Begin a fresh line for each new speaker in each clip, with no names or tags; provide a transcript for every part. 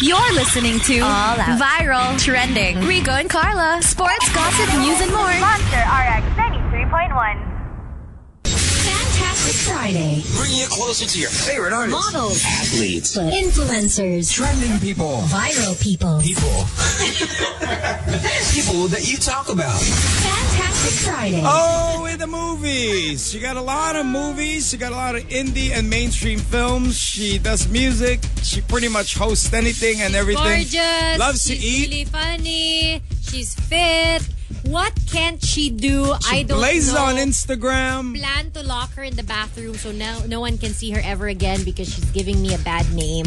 You're listening to
All Out.
Viral, Trending, Rico and Carla, Sports, Gossip, News, and more.
Monster RX 93.1.
Fantastic Friday.
Bringing you closer to your favorite artists.
Models,
Athletes.
influencers,
Trending people.
viral people.
People. people that you talk about.
Fantastic Friday.
Oh, in the movies. She got a lot of movies. She got a lot of indie and mainstream films. She does music. She pretty much hosts anything and everything.
Gorgeous.
Loves to
she's
eat.
really funny. She's fit. What can't she do?
she
I don't
blazes
know.
on Instagram.
plan to lock her in the bathroom so no no one can see her ever again because she's giving me a bad name.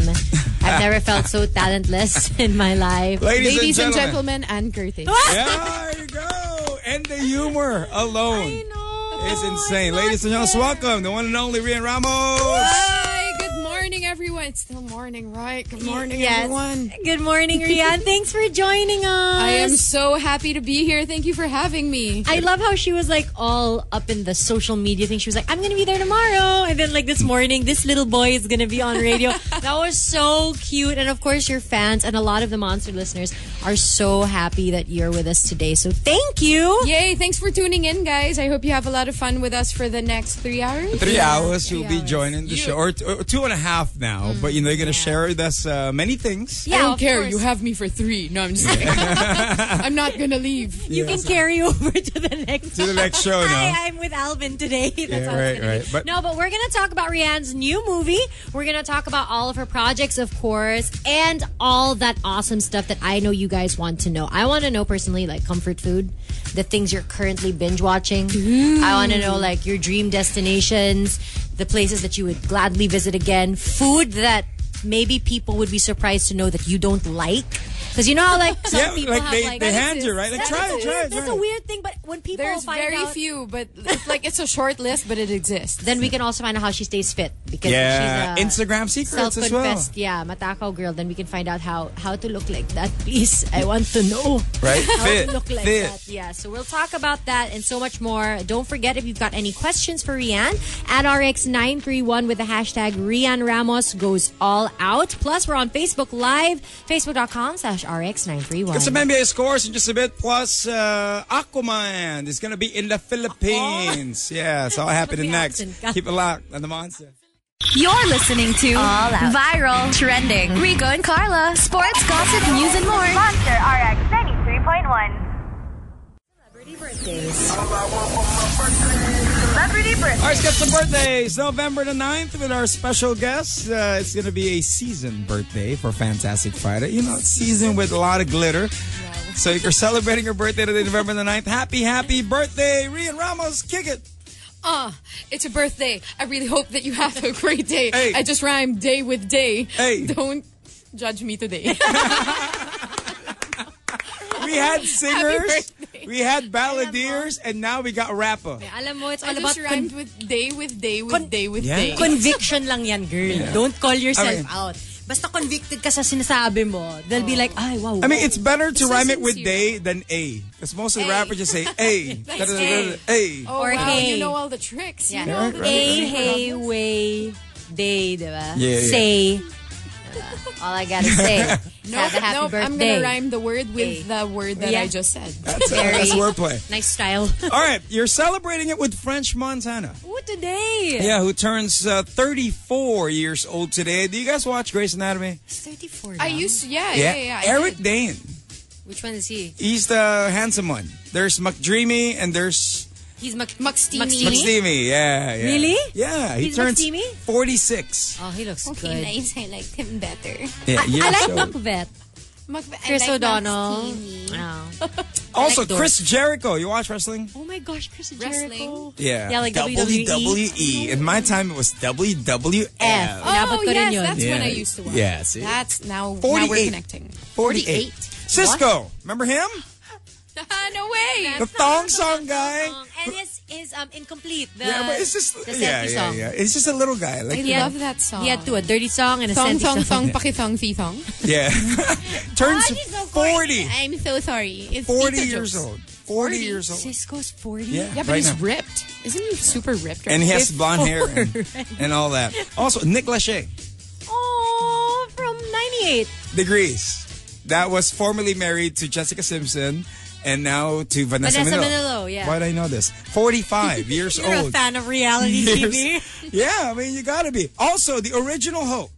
I've never felt so talentless in my life.
Ladies,
Ladies
and
and
gentlemen.
gentlemen, Anne Curtis.
yeah, there you go. And the humor
I
alone.
know.
It's insane.
not
Ladies and gentlemen,
fair.
welcome the one and only Rian Ramos.
Hi, good morning, everyone. It's still morning, right? Good morning,
Yes.
everyone.
Good morning, Rian. Thanks for joining us.
I am so happy to be here. Thank you for having me.
I love how she was like all up in the social media thing. She was like, I'm going to be there tomorrow. And then, like, this morning, this little boy is going to be on radio. that was so cute. And of course, your fans and a lot of the Monster listeners are so happy that you're with us today. So, thank you.
Yay, thanks for tuning in, guys. I hope you have a lot of fun with us for the next three hours.
Three hours, you'll be
hours.
joining the
You-
show, or, t- or two and a half now.
Mm-hmm.
but you know, you're gonna share with us uh, many things.
I don't
of
care.
course.
You have me for three. No, I'm just kidding. I'm not going to leave.
You can carry over to the next
To the next show now.
Hi, I'm with Alvin today. That's
Yeah,
how
right,
it's gonna
right.
be.
But-
no, but we're gonna talk about Rianne's new movie. We're gonna talk about all of her projects, of course, and all that awesome stuff that I know you guys want to know. I want to know personally, like comfort food, the things you're currently binge watching. I want to know like your dream destinations, the places that you would gladly visit again, food that maybe people would be surprised to know that you don't like. Because you know how like some
Yeah,
people
like
have
they,
like
they
that
hand you
exists.
right, like
that's
try
a
it, try
weird,
it. try
That's a
it.
weary thing, but when people
There's
find
very
out,
few, but it's like it's a short list, but it exists.
then we can also find out how she stays fit because
Yeah,
she's a
Instagram secrets as well,
self-confessed, yeah, matakaw girl. Then we can find out how how to look like that. Please, I want to know.
right?
How
Fit,
to look like
fit.
that. Yeah, so we'll talk about that and so much more. Don't forget if you've got any questions for Rianne, at RX931 with the hashtag Rianne Ramos goes all out. Plus, we're on Facebook Live, facebook.com slash RX931.
Got some NBA scores in just a bit. Plus, uh, Aquaman is going to be in the Philippines. Yeah, so all happening next.
accent ka.
Keep it locked on the Monster.
You're listening to
All Out.
Viral, Trending, Rico and Carla, Sports, Gossip, News, and more.
Monster RX 93.1. Celebrity birthday.
All right, let's get some birthdays. November the 9th with our special guest. Uh, it's going to be a season birthday for Fantastic Friday. You know, it's season with a lot of glitter. So if you're celebrating your birthday today, November the 9th, happy, happy birthday. Rian Ramos, kick it.
Ah, it's a birthday. I really hope that you have a great day.
Hey.
I just rhymed day with day.
Hey.
Don't judge me today.
We had singers,
birthday.
we had balladeers, and now we got rapper.
Alam mo, it's all
I
about
just
con-
rhymed with day with day with
Con-
day with
Yeah.
day.
conviction lang yan, girl. Don't call yourself
I mean-
out. Basta convicted ka sa sinasabi mo, they'll be like, ay, wow.
I mean, it's better to
so
rhyme it with day than
sincere.
a. Because most of the
A.
rappers just say a.
A.
A.
oh,
or
wow,
hey.
you know all the tricks.
yeah.
You know all
right,
the
right,
hey,
tricks.
hey, way, day, diba?
Yeah, yeah.
Say. all I gotta say.
Nope,
Have a happy
nope, I'm
birthday.
gonna rhyme the word with the word that
Yeah.
I just said.
That's, uh, that's
Very-
wordplay.
Nice style.
All right, you're celebrating it with French Montana.
Ooh, today.
Yeah, who turns uh, 34 years old today. Do you guys watch Grey's Anatomy?
34
I
now.
used to, yeah, yeah, yeah. I
Eric
did.
Dane.
Which one is he?
He's the handsome one. There's McDreamy and there's
He's Mac-
Maxtini.
Maxtini.
McSteamy. Yeah, yeah.
Really?
Yeah. He
He's
turns
McSteamy?
46.
Oh, he looks good.
nice. I liked him better.
Yeah, years
I like
old.
Macbeth.
Macbe- I
Chris
like
O'Donnell.
Maxtini.
Oh.
Also,
those.
Chris Jericho. You watch wrestling?
Oh my gosh, Chris
Wrestling.
Jericho.
Yeah.
Yeah, like WWE.
WWE. In my time, it was WWF.
F. Inabot
Oh,
ko rin
yes,
yun.
that's
Yeah.
when I used to watch.
Yeah, see?
That's now, now
48.
we're connecting.
48. Cisco. Remember him?
Ah, no way.
The thong song guy.
And his is um incomplete. The,
Yeah, but it's just
the
yeah,
selfie
yeah,
song.
yeah. It's just a little guy. Like
I love that song.
He had two, a dirty song and a
Thong,
selfie
thong,
song.
thong, pakithong, thong.
Yeah.
Why
Turns
is it so
40.
I'm so sorry. It's
40
Tito
years
jokes.
old. 40 years old.
Cisco's 40.
Yeah,
Yeah, but
right
he's
now.
ripped. Isn't he super ripped? Right
And he
now?
has blonde hair and, and all that. Also, Nick Lachey.
Oh, from 98.
degrees. That was formerly married to Jessica Simpson and now to Vanessa,
Vanessa
Manillo.
Manillo, yeah.
Why did I know this? 45 years
You're a
old.
fan of reality TV.
Years- Yeah, I mean, you gotta be. Also, the original Hulk.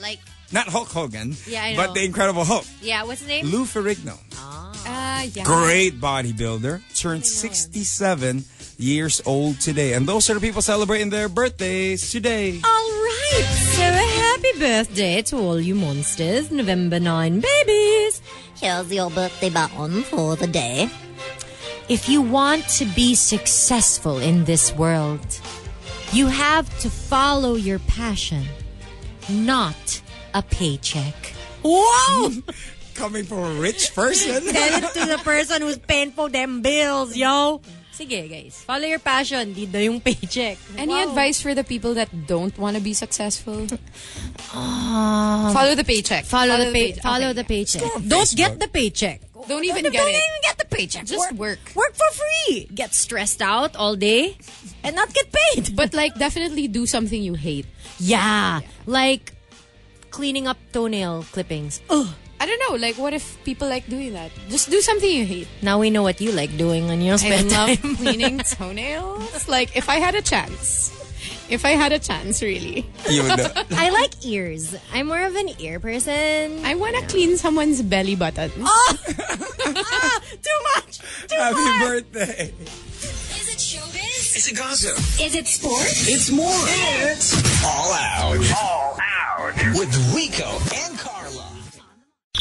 Like,
Not Hulk Hogan,
Yeah, I
but
know.
the Incredible Hulk.
yeah, what's the name?
Lou Ferrigno.
Uh,
Ah,
Mm.
yeah.
Great bodybuilder. Turned 67 years old today. And those are the people celebrating their birthdays today.
All right. So a happy birthday to all you monsters, November 9 babies. Here's your birthday button for the day. If you want to be successful in this world, you have to follow your passion, not a paycheck.
Wow!
Coming from a rich person.
Tell it to the person who's paying for them bills, yo. Sige, guys. Follow your passion, di na yung paycheck.
Any
Wow.
advice for the people that don't want to be successful? follow the paycheck.
Um, Follow, the, pay-
paycheck.
follow
Okay.
the paycheck. Don't get the paycheck.
Don't even get
don't
it.
even get the paycheck.
Just work.
Work for free. Get stressed out all day and not get paid.
But like, definitely do something you hate.
Yeah, like cleaning up toenail clippings. Ugh.
I don't know. Like, what if people like doing that? Just do something you hate.
Now we know what you like doing on your
I
spare
love
time.
cleaning toenails. Like, if I had a chance, if I had a chance, really,
You would know.
I like ears. I'm more of an ear person.
I want to clean someone's belly button.
Oh, Ah, too much. Too
Happy birthday.
Is it showbiz?
It's a gossip.
Is it sports?
It's more. It's all out. All out. With Rico and Carla.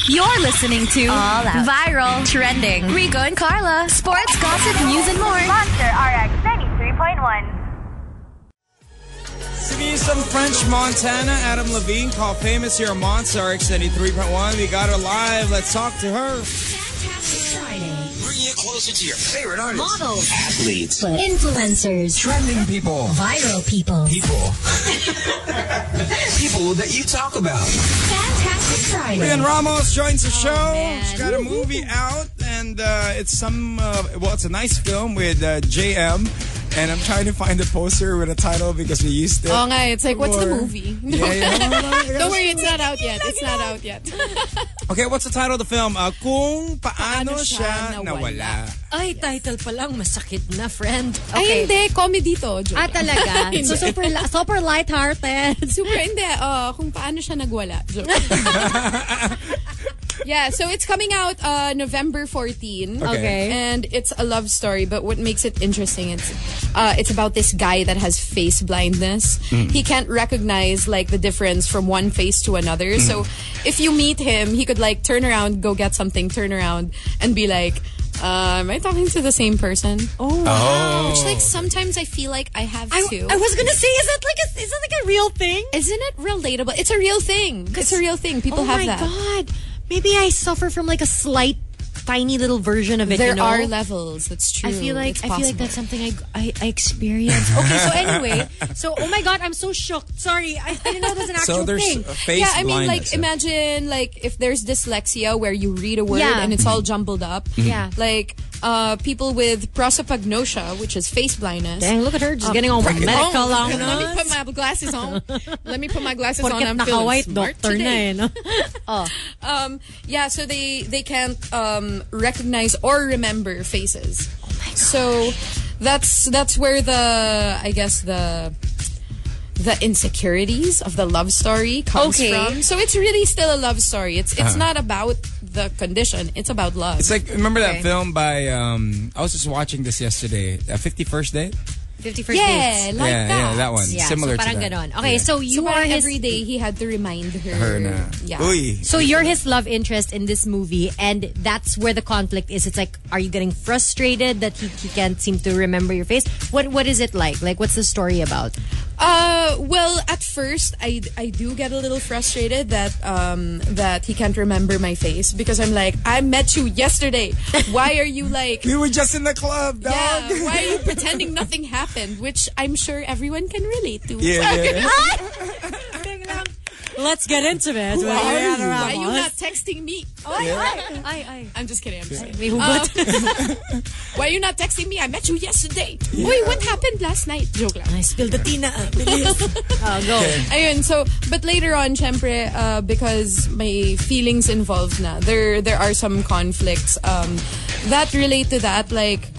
You're listening to All Out. Viral, Trending, Rico and Carla, Sports, Gossip, News, and more.
Monster RX 93.1.
Singing some French Montana, Adam Levine, called famous here on Monster X73.1. We got her live. Let's talk to her.
Fantastic Friday.
Bring you closer to your favorite artists.
Models,
Athletes.
influencers,
Trending people.
viral people.
People. people that you talk about.
Fantastic Friday.
Ian Ramos joins the show.
man.
She's got a movie out, and uh, it's some uh, well, it's a nice film with uh, JM. And I'm trying to find the poster with a title because we used it.
Oh, nga, it's like, what's the
for-
movie?
Yeah, yeah.
Don't worry, it's not out yet. It's not out yet.
Okay, what's the title of the film? Uh, Kung paano,
Paano
siya
siya
nawala.
Ay, title pa lang. Masakit na, friend.
Ay, hindi. Comedy to. Joke
Ah,
lang.
talaga? so, super, li- super light-hearted.
Super, hindi. Oh, kung paano siya nagwala. Joke. yeah, so it's coming out uh, November 14.
Okay.
And it's a love story, but what makes it interesting it's uh, it's about this guy that has face blindness. He can't recognize like the difference from one face to another. So if you meet him, he could like turn around, go get something, turn around, and be like, uh, "Am I talking to the same person?" Oh, wow. which like sometimes I feel like I have too.
I was gonna say, is that like a, is that like a real thing?
Isn't it relatable? It's a real thing. It's a real thing. People
oh
have
my
that.
god, maybe I suffer from like a slight, tiny little version of it.
There
you know?
are levels. That's true.
I feel like
It's
I feel like
possible.
that's something I, I I experience. Okay, so anyway, so oh my god, I'm so shocked. Sorry, I, I didn't know that was an actual
So there's
thing.
a face
yeah, I mean,
blindness.
like, imagine, like, if there's dyslexia where you read a word
Yeah.
and it's all jumbled up.
Yeah.
Like, uh, people with prosopagnosia, which is face blindness.
Dang, look at her just getting all medical
Oh,
on
let me
us.
put my glasses on. Let me put my glasses on.
Porket
I'm feeling
naka-white
smart
doctor na
today.
eh, no?
Um, yeah, so they they can't um, recognize or remember faces. So that's that's where the I guess the the insecurities of the love story comes
Okay.
from. So it's really still a love story. It's it's not about the condition. It's about love.
Uh-huh. It's like, remember that film by, um, I was just watching this yesterday, uh, 51st Date?
51st
yeah,
dates.
like
yeah,
that.
yeah, that one.
Yeah,
Similar
so parang
to that.
ganon. Okay,
Yeah.
so you
So
are
parang
his
every day he had to remind her.
Her na.
Yeah.
Uy.
So you're his love interest in this movie, and that's where the conflict is. It's like, are you getting frustrated that he, he can't seem to remember your face? What what is it like? Like, what's the story about?
Uh, well, at first, I, I do get a little frustrated that um that he can't remember my face because I'm like, I met you yesterday. Why are you like?
We were just in the club, dog.
Yeah, why are you pretending nothing happened? Which I'm sure everyone can relate to.
yeah, yeah.
Biglang, Let's get into it. Why
are you?
Why are you not texting me? Oh, I'm just kidding. I'm just kidding.
Um,
Why are you not texting me? I met you yesterday. Wait, what happened last night? Joke lang.
I spilled the tina. oh, go.
Ayun, so, but later on, syempre, uh, because my feelings involved na, there, there are some conflicts um, that relate to that, like,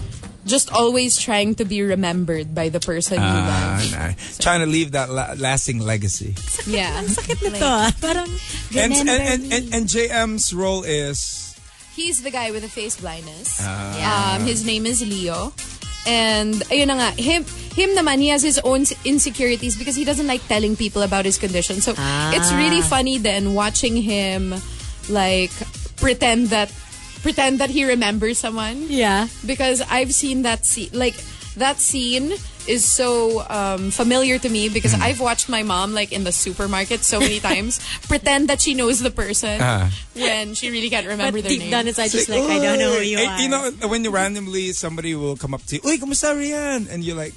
just always trying to be remembered by the person you
Ah,
love.
nah. Trying to leave that la- lasting legacy.
Yeah.
Ito, ah, parang
And, and,
remember
and,
me.
and, and JM's role is
He's the guy with the face blindness. Um, his name is Leo. And ayun na nga, him, him naman, he has his own s- insecurities because he doesn't like telling people about his condition. So
Ah.
it's really funny then watching him like pretend that pretend that he remembers someone.
yeah.
Because I've seen that scene like that scene is so um, familiar to me because I've watched my mom like in the supermarket so many times pretend that she knows the person
Ah.
when she really can't remember
But
their
deep
name.
down inside, just like, I don't know who you
Eh,
are.
You know, when you randomly, somebody will come up to you, Uy, kumusta Rian? And you're like,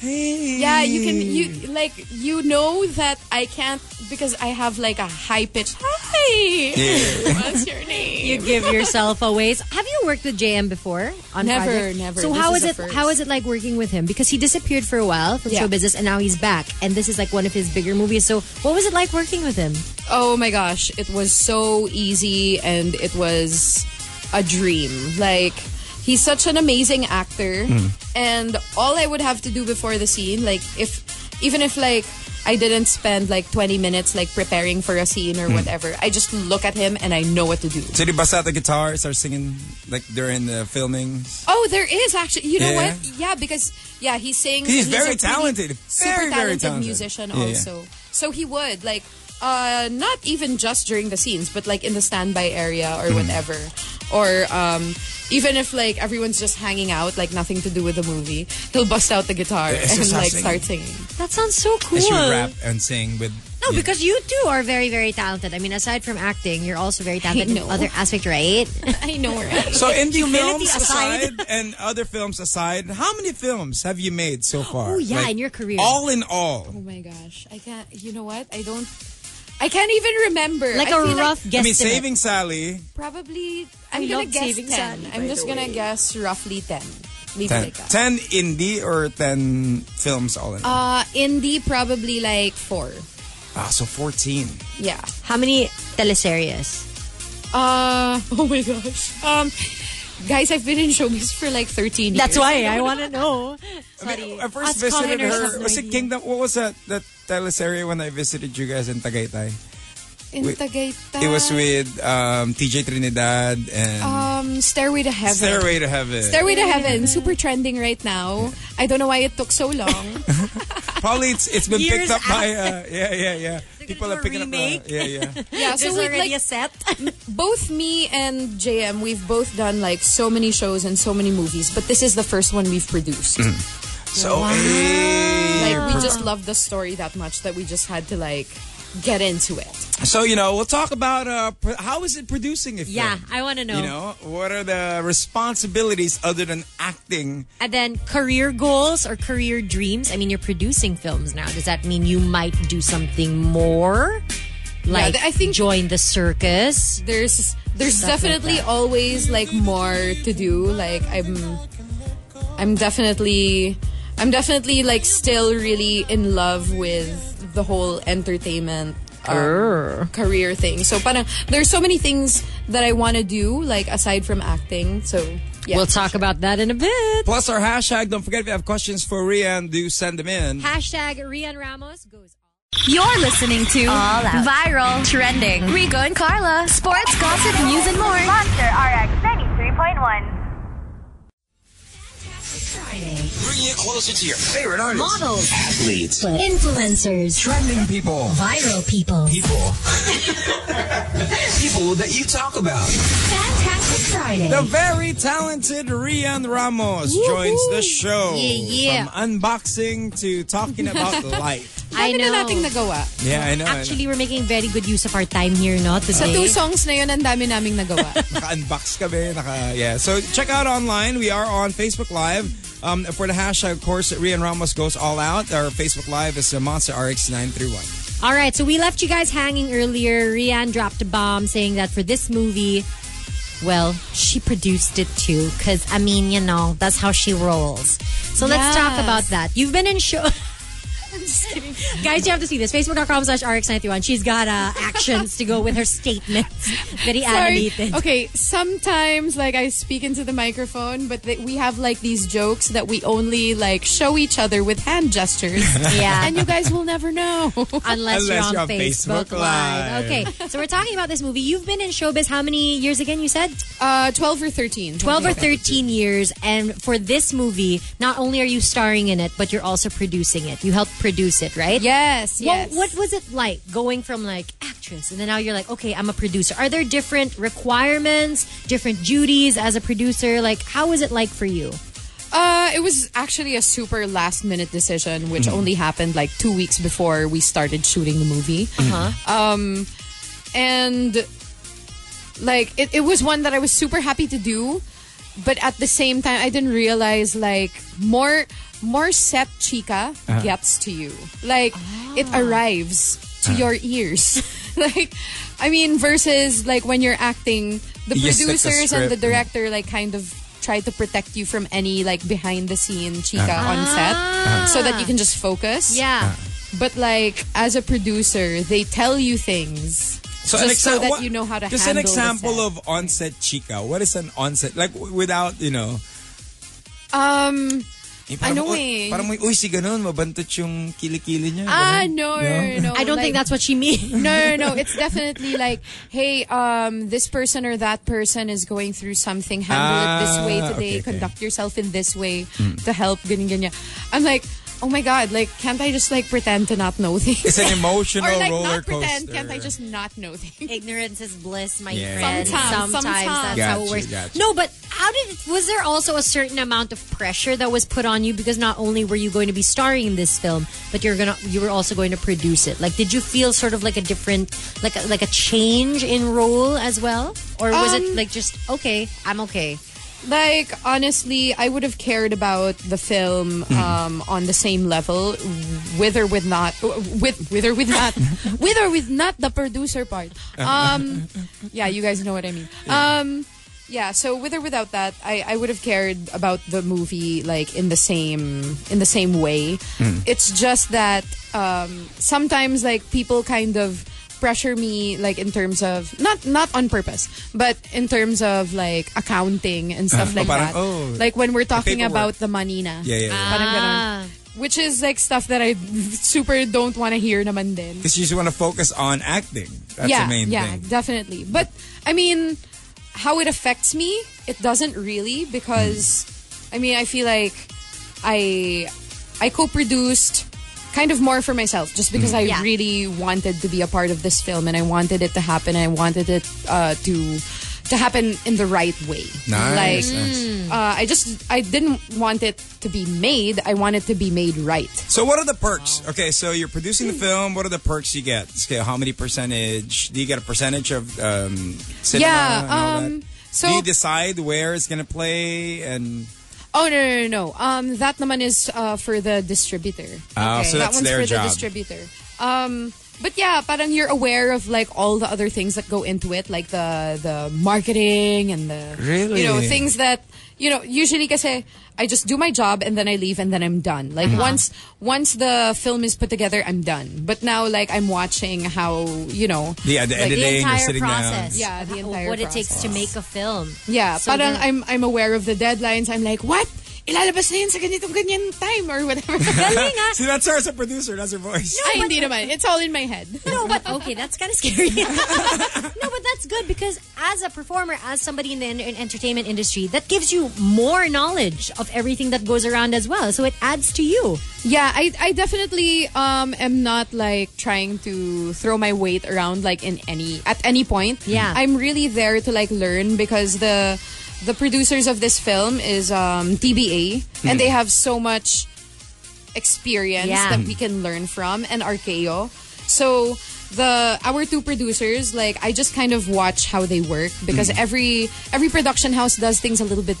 hey.
Yeah, you can you like you know that I can't because I have like a high pitched hi.
Yeah.
What's your name?
you give yourself a ways. Have you worked with JM before? On
Never,
project?
never.
So
This
how is,
is a
it?
first.
How is it like working with him? Because he disappeared for a while from
Yeah.
show business, and now he's back. And this is like one of his bigger movies. So what was it like working with him?
oh my gosh, it was so easy and it was a dream. Like he's such an amazing actor and all I would have to do before the scene like if even if like I didn't spend like 20 minutes like preparing for a scene or whatever. I just look at him and I know what to do.
So they bust out the guitar, start singing like during the filming.
Oh, there is actually. You know
Yeah.
what? Yeah, because yeah, he sings.
He's
and
very
a really
talented.
Super
Very, very
talented,
talented.
musician
Yeah, yeah.
also. So he would like uh not even just during the scenes, but like in the standby area
Mm-hmm.
or whatever. Or um even if like everyone's just hanging out, like nothing to do with the movie, he'll bust out the guitar
Yeah, it's
and
just
like
singing.
start singing.
That sounds so Oh, cool.
And she would rap and sing with.
No, because you two are very, very talented. I mean, aside from acting, you're also very talented in
know.
other aspect, right?
I know, right?
So indie
Humility
films
aside.
aside and other films aside, how many films have you made so far?
Oh, yeah, in your career.
All in all.
oh my gosh, I can't. You know what? I don't. I can't even remember.
like
a
a rough guess.
I mean, Saving Sally.
Probably, I'm
I
gonna
love
guess
saving
10.
Sally, by
I'm just
the
gonna
way.
guess roughly 10. Maybe
Ten,
like that.
ten indie or ten films all in all?
Uh, indie, probably like 4.
ah, so 14.
Yeah.
How many teleseries?
Uh, oh my gosh. Um, guys, I've been in showbiz for like 13 years.
That's why I want to know. Sorry.
I first
Us
visited
commoners
her.
have no
Was it
idea.
Kingdom? What was that? That Teles area when I visited you guys in Tagaytay.
In
Wait, It
Tagaytay.
was with um, TJ Trinidad and
Oh,
Um, Stairway to Heaven.
Stairway to Heaven.
Stairway to Heaven, super trending right now. I don't know why it took so long.
Probably it's it's been
Years
picked up by uh, yeah yeah yeah. People
do
are
a
picking
remake.
up. Uh, yeah yeah.
Yeah, so
There's
we,
already
like,
a set.
both me and JM, we've both done like so many shows and so many movies, but this is the first one we've produced.
Mm. So hey.
Like we just loved the story that much that we just had to like get into it.
so you know we'll talk about uh, pr- how is it producing if
Yeah, I want to know.
You know what are the responsibilities other than acting?
And then career goals or career dreams. I mean, you're producing films now. Does that mean you might do something more? Like
I think-
join the circus.
There's there's
Stuff like
definitely
that.
always like more to do. Like I'm I'm definitely I'm definitely like still really in love with the whole entertainment um, career thing. So parang, there's so many things that I want to do like aside from acting. So yeah.
We'll talk about that in a bit.
Plus our hashtag. Don't forget if you have questions for Rian, do send them in.
Hashtag Rian Ramos goes.
You're listening to All Out. Viral, Trending, Rico and Carla, Sports, Gossip, News, and more.
Monster RX 93.1.
Friday.
Bringing you closer to your favorite artists.
Models.
Athletes.
Influencers.
Trending people.
Viral people.
People. people that you talk about.
Fantastic Friday.
The very talented Rian Ramos joins the show.
Yeah, yeah.
From unboxing to talking about life.
I
Dami
know.
na nating nagawa.
Yeah, I know.
Actually, we're making very good use of our time here, not
Sa
today.
two songs na yun, ang dami naming nagawa.
naka-unbox kami, naka, yeah. So check out online. We are on Facebook Live. Um, for the hashtag, of course, Rian Ramos goes all out. Our Facebook Live is uh, Monster RX931.
All right, so we left you guys hanging earlier. Rianne dropped a bomb saying that for this movie, well, she produced it too. Because, I mean, you know, that's how she rolls. So let's talk
Yes.
about that. You've been in show. I'm just kidding. Guys, you have to see this. Facebook.com slash RX91. She's got uh, actions to go with her statements. Very
Sorry.
animated.
Okay, sometimes like I speak into the microphone, but th- we have like these jokes that we only like show each other with hand gestures.
Yeah.
and you guys will never know.
Unless, you're on,
Unless you're on
Facebook,
Facebook
Live.
Live.
Okay, so we're talking about this movie. You've been in showbiz how many years again, you said?
Uh, 12 or 13.
12 or 13 years and for this movie not only are you starring in it but you're also producing it you helped produce it right
Yes,
Well,
yes.
what was it like going from like actress and then now you're like okay i'm a producer are there different requirements different duties as a producer like how was it like for you
Uh, it was actually a super last minute decision, which only happened like two weeks before we started shooting the movie. Uh-huh. Um, and like it, it was one that I was super happy to do, but at the same time, I didn't realize like more more set chica gets to you. Like it arrives to your ears. like I mean, versus like when you're acting, the
You stick to
producers and the
script.
director like kind of try to protect you from any like behind the scene chica on set so that you can just focus.
yeah
But like as a producer, they tell you things just so
exa-
that
what-
you know how to
Just an
handle
example
the set.
of onset chica. What is an onset? Like, w- without, you know...
um
Eh, parang,
Ano
uy,
eh.
Parang may, uy, si ganun, mabantot yung kilikili niya.
ah
Ganun.
no no.
i don't think
like-
that's what she means
no, no, no. It's definitely like, hey, um, this person or that person is going through something. Handle it this way
Ah, okay,
today.
okay.
Conduct yourself in this way to help. Ganyan, ganyan. I'm like, oh my god, like, can't I just like pretend to not know things?
It's an emotional
or like
roller
not
coaster.
pretend? Can't I just not know things?
Ignorance is bliss, my
Yeah.
friend. that's
Sometimes, sometimes.
how it
Gotcha,
works.
gotcha.
No, but how did it, was there also a certain amount of pressure that was put on you because not only were you going to be starring in this film, but you're gonna you were also going to produce it. Like, did you feel sort of like a different, like a, like a change in role as well, or was it
Um,
like just okay, I'm okay?
Like honestly, I would have cared about the film um, on the same level, with or with not, with with or with not, with or with not the producer part. Um, yeah, you guys know what I mean. Um, yeah, so with or without that, I, I would have cared about the movie like in the same in the same way. It's just that um, sometimes like people kind of pressure me like in terms of not not on purpose, but in terms of like accounting and stuff
Ah,
like
parang,
that.
oh,
like when we're talking
paperwork.
about the money na.
Yeah, yeah, yeah.
Parang ganun. Which is like stuff that I super don't want to hear naman din.
Because you just want to focus on acting. That's
yeah,
the main
yeah,
thing.
definitely. But I mean, how it affects me, it doesn't really because I mean, I feel like I I co-produced kind of more for myself just because
Mm-hmm.
I
Yeah.
really wanted to be a part of this film and I wanted it to happen. I wanted it uh, to to happen in the right way.
Nice.
Like
nice.
uh, I just I didn't want it to be made. I want it to be made right.
So what are the perks? Okay, so you're producing the film. What are the perks you get? Okay, how many percentage? Do you get a percentage of um, cinema?
Yeah,
and all
um,
that?
so-
do you decide where it's gonna play and
Oh no no no! no. Um, that naman is uh, for the distributor.
Ah, so
that
that's
one's
their
for
job.
the distributor. Um, but yeah, parang you're aware of like all the other things that go into it, like the the marketing and the
Really?
you know things that you know usually kasi I just do my job and then I leave and then I'm done. Like
Mm-hmm.
once once the film is put together, I'm done. But now like I'm watching how you know
yeah, the
like,
editing, you're
entire
sitting
process,
down.
Yeah, the entire
what it takes to make a film.
Yeah, uh,
So
parang
the-
I'm I'm aware of the deadlines. I'm like, what? Ilalabas na yun sa ganitong ganyan time or whatever. Galing ah!
See, that's her as a producer. That's her voice.
Ay, hindi naman. It's all in my head.
No, but okay, that's kind of scary. no, but that's good because as a performer, as somebody in the en- in entertainment industry, that gives you more knowledge of everything that goes around as well. So it adds to you.
Yeah, I, I definitely um am not like trying to throw my weight around like in any at any point.
Yeah.
I'm really there to like learn because the the producers of this film is um TBA and they have so much experience
Yeah.
that we can learn from and Arkeo. So the our two producers, like I just kind of watch how they work because every every production house does things a little bit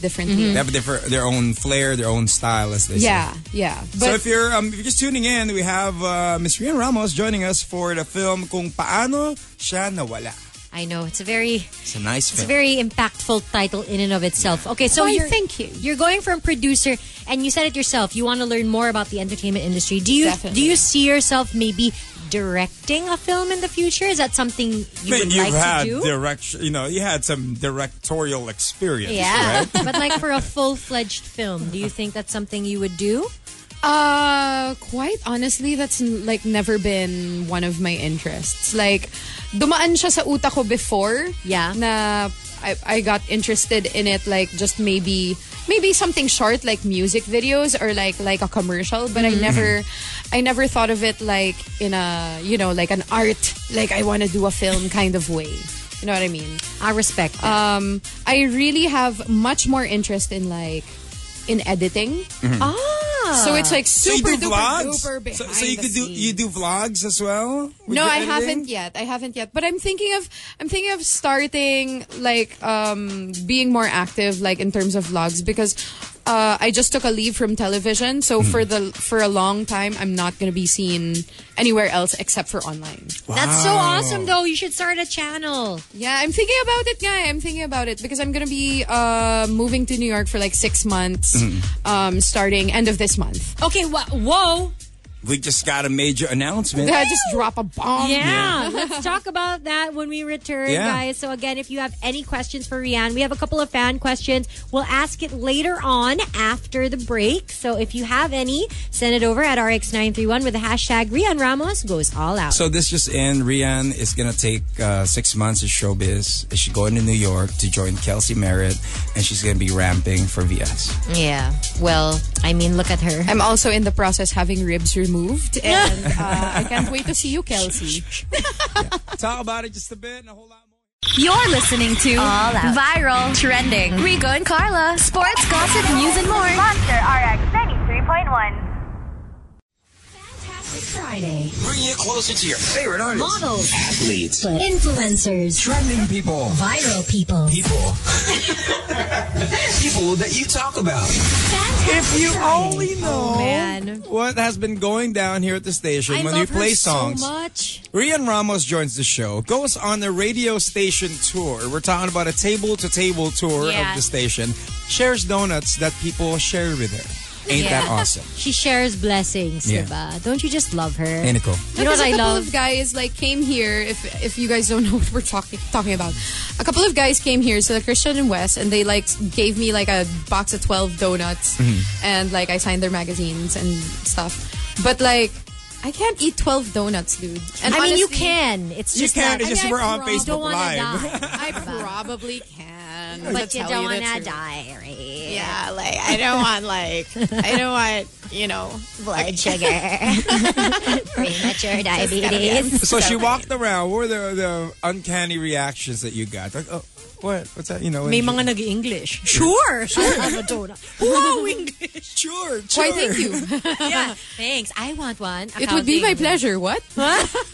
They
differently.
have their, their own flair, their own style, as they say.
Yeah, yeah. But
so if you're um, if you're just tuning in, we have uh, Miss Rian Ramos joining us for the film Kung Paano Siya Nawala.
I know it's a very
It's a nice
It's a
film.
very impactful title in and of itself. Okay, so
Why,
you're,
thank you.
You're going from producer, and you said it yourself. You want to learn more about the entertainment industry. Do you
Definitely.
do you see yourself maybe directing a film in the future? Is that something you
I mean,
would
you've
like
had
to do?
direction, you know, you had some directorial experience,
yeah,
right?
but like for a full fledged film, do you think that's something you would do?
Uh, quite honestly, that's n- like never been one of my interests. Like, dumaan siya sa utak ko before.
Yeah.
Na I, I got interested in it like just maybe maybe something short like music videos or like like a commercial but I never I never thought of it like in a you know like an art like I want to do a film kind of way you know what I mean
I respect. that.
um, I really have much more interest in like in editing. Ah, so it's
Mm-hmm.
like
So you
super
do
duper
vlogs?
duper behind
so, so you
the
could do
scenes.
you do vlogs as well? with
No,
your
I
editing?
haven't yet. I haven't yet. But I'm thinking of I'm thinking of starting like um being more active like in terms of vlogs because uh, I just took a leave from television, so
Mm-hmm.
for the for a long time I'm not gonna be seen anywhere else except for online.
That's so awesome, though. You should start a channel.
Yeah, I'm thinking about it, guy. I'm thinking about it because I'm gonna be uh, moving to New York for like six months, um, starting end of this month.
Okay, wha whoa.
We just got a major announcement.
I just drop a
Um,
bomb.
Yeah, let's talk about that when we return,
Yeah.
guys. So again, if you have any questions for Rianne, we have a couple of fan questions. We'll ask it later on after the break. So if you have any, send it over at RX931 with the hashtag Rianne Ramos goes all out.
So this just in, Rian is gonna take uh, six months of showbiz. She's going to New York to join Kelsey Merritt, and she's gonna be ramping for VS.
yeah. Well, I mean, look at her.
I'm also in the process having ribs removed, and uh, I can't wait to see you, Kelsey.
Talk about it just a bit and a whole lot more.
You're listening to All Out. Viral, Trending, Rico and Carla, Sports, Gossip, News, and more.
Monster RX 93.1.
Fantastic Friday.
Bring you closer to your favorite artists.
Models,
Athletes.
influencers,
Trending people.
viral people.
People. people that you talk about.
Fantastic
If you
Friday.
only know
Oh, man.
what has been going down here at the station
I
when
love
we play
her
songs.
so much.
Rian Ramos joins the show, goes on a radio station tour. We're talking about a table to table tour
Yeah.
of the station, shares donuts that people share with her. Ain't that
Yeah.
awesome?
She shares blessings,
Yeah.
diba? Don't you just love her?
Nicole.
you know what
Because
I
a couple
love?
of guys like came here. If if you guys don't know what we're talking talking about, a couple of guys came here. So the Christian and West, and they like gave me like a box of twelve donuts, and like I signed their magazines and stuff. But like, I can't eat twelve donuts, dude. And
I mean, you
honestly,
can. It's
You
just
can't.
that-
It's just
mean,
we're on
I
Facebook
don't wanna
Live.
die.
I probably can,
but you
tell
don't
the
want to
truth.
die, right?
Yeah, like I don't want like I don't want you know
Blood sugar, premature diabetes.
So she walked around. What were the, the uncanny reactions that you got? Like, oh, what? What's that? You know, when
May
you-
mga nag-English. Sure. Sure. I have a donut. Wow, English.
Sure, sure.
Why? Thank you.
Yeah. Thanks. I want one.
It would be my
Accounting.
pleasure. What?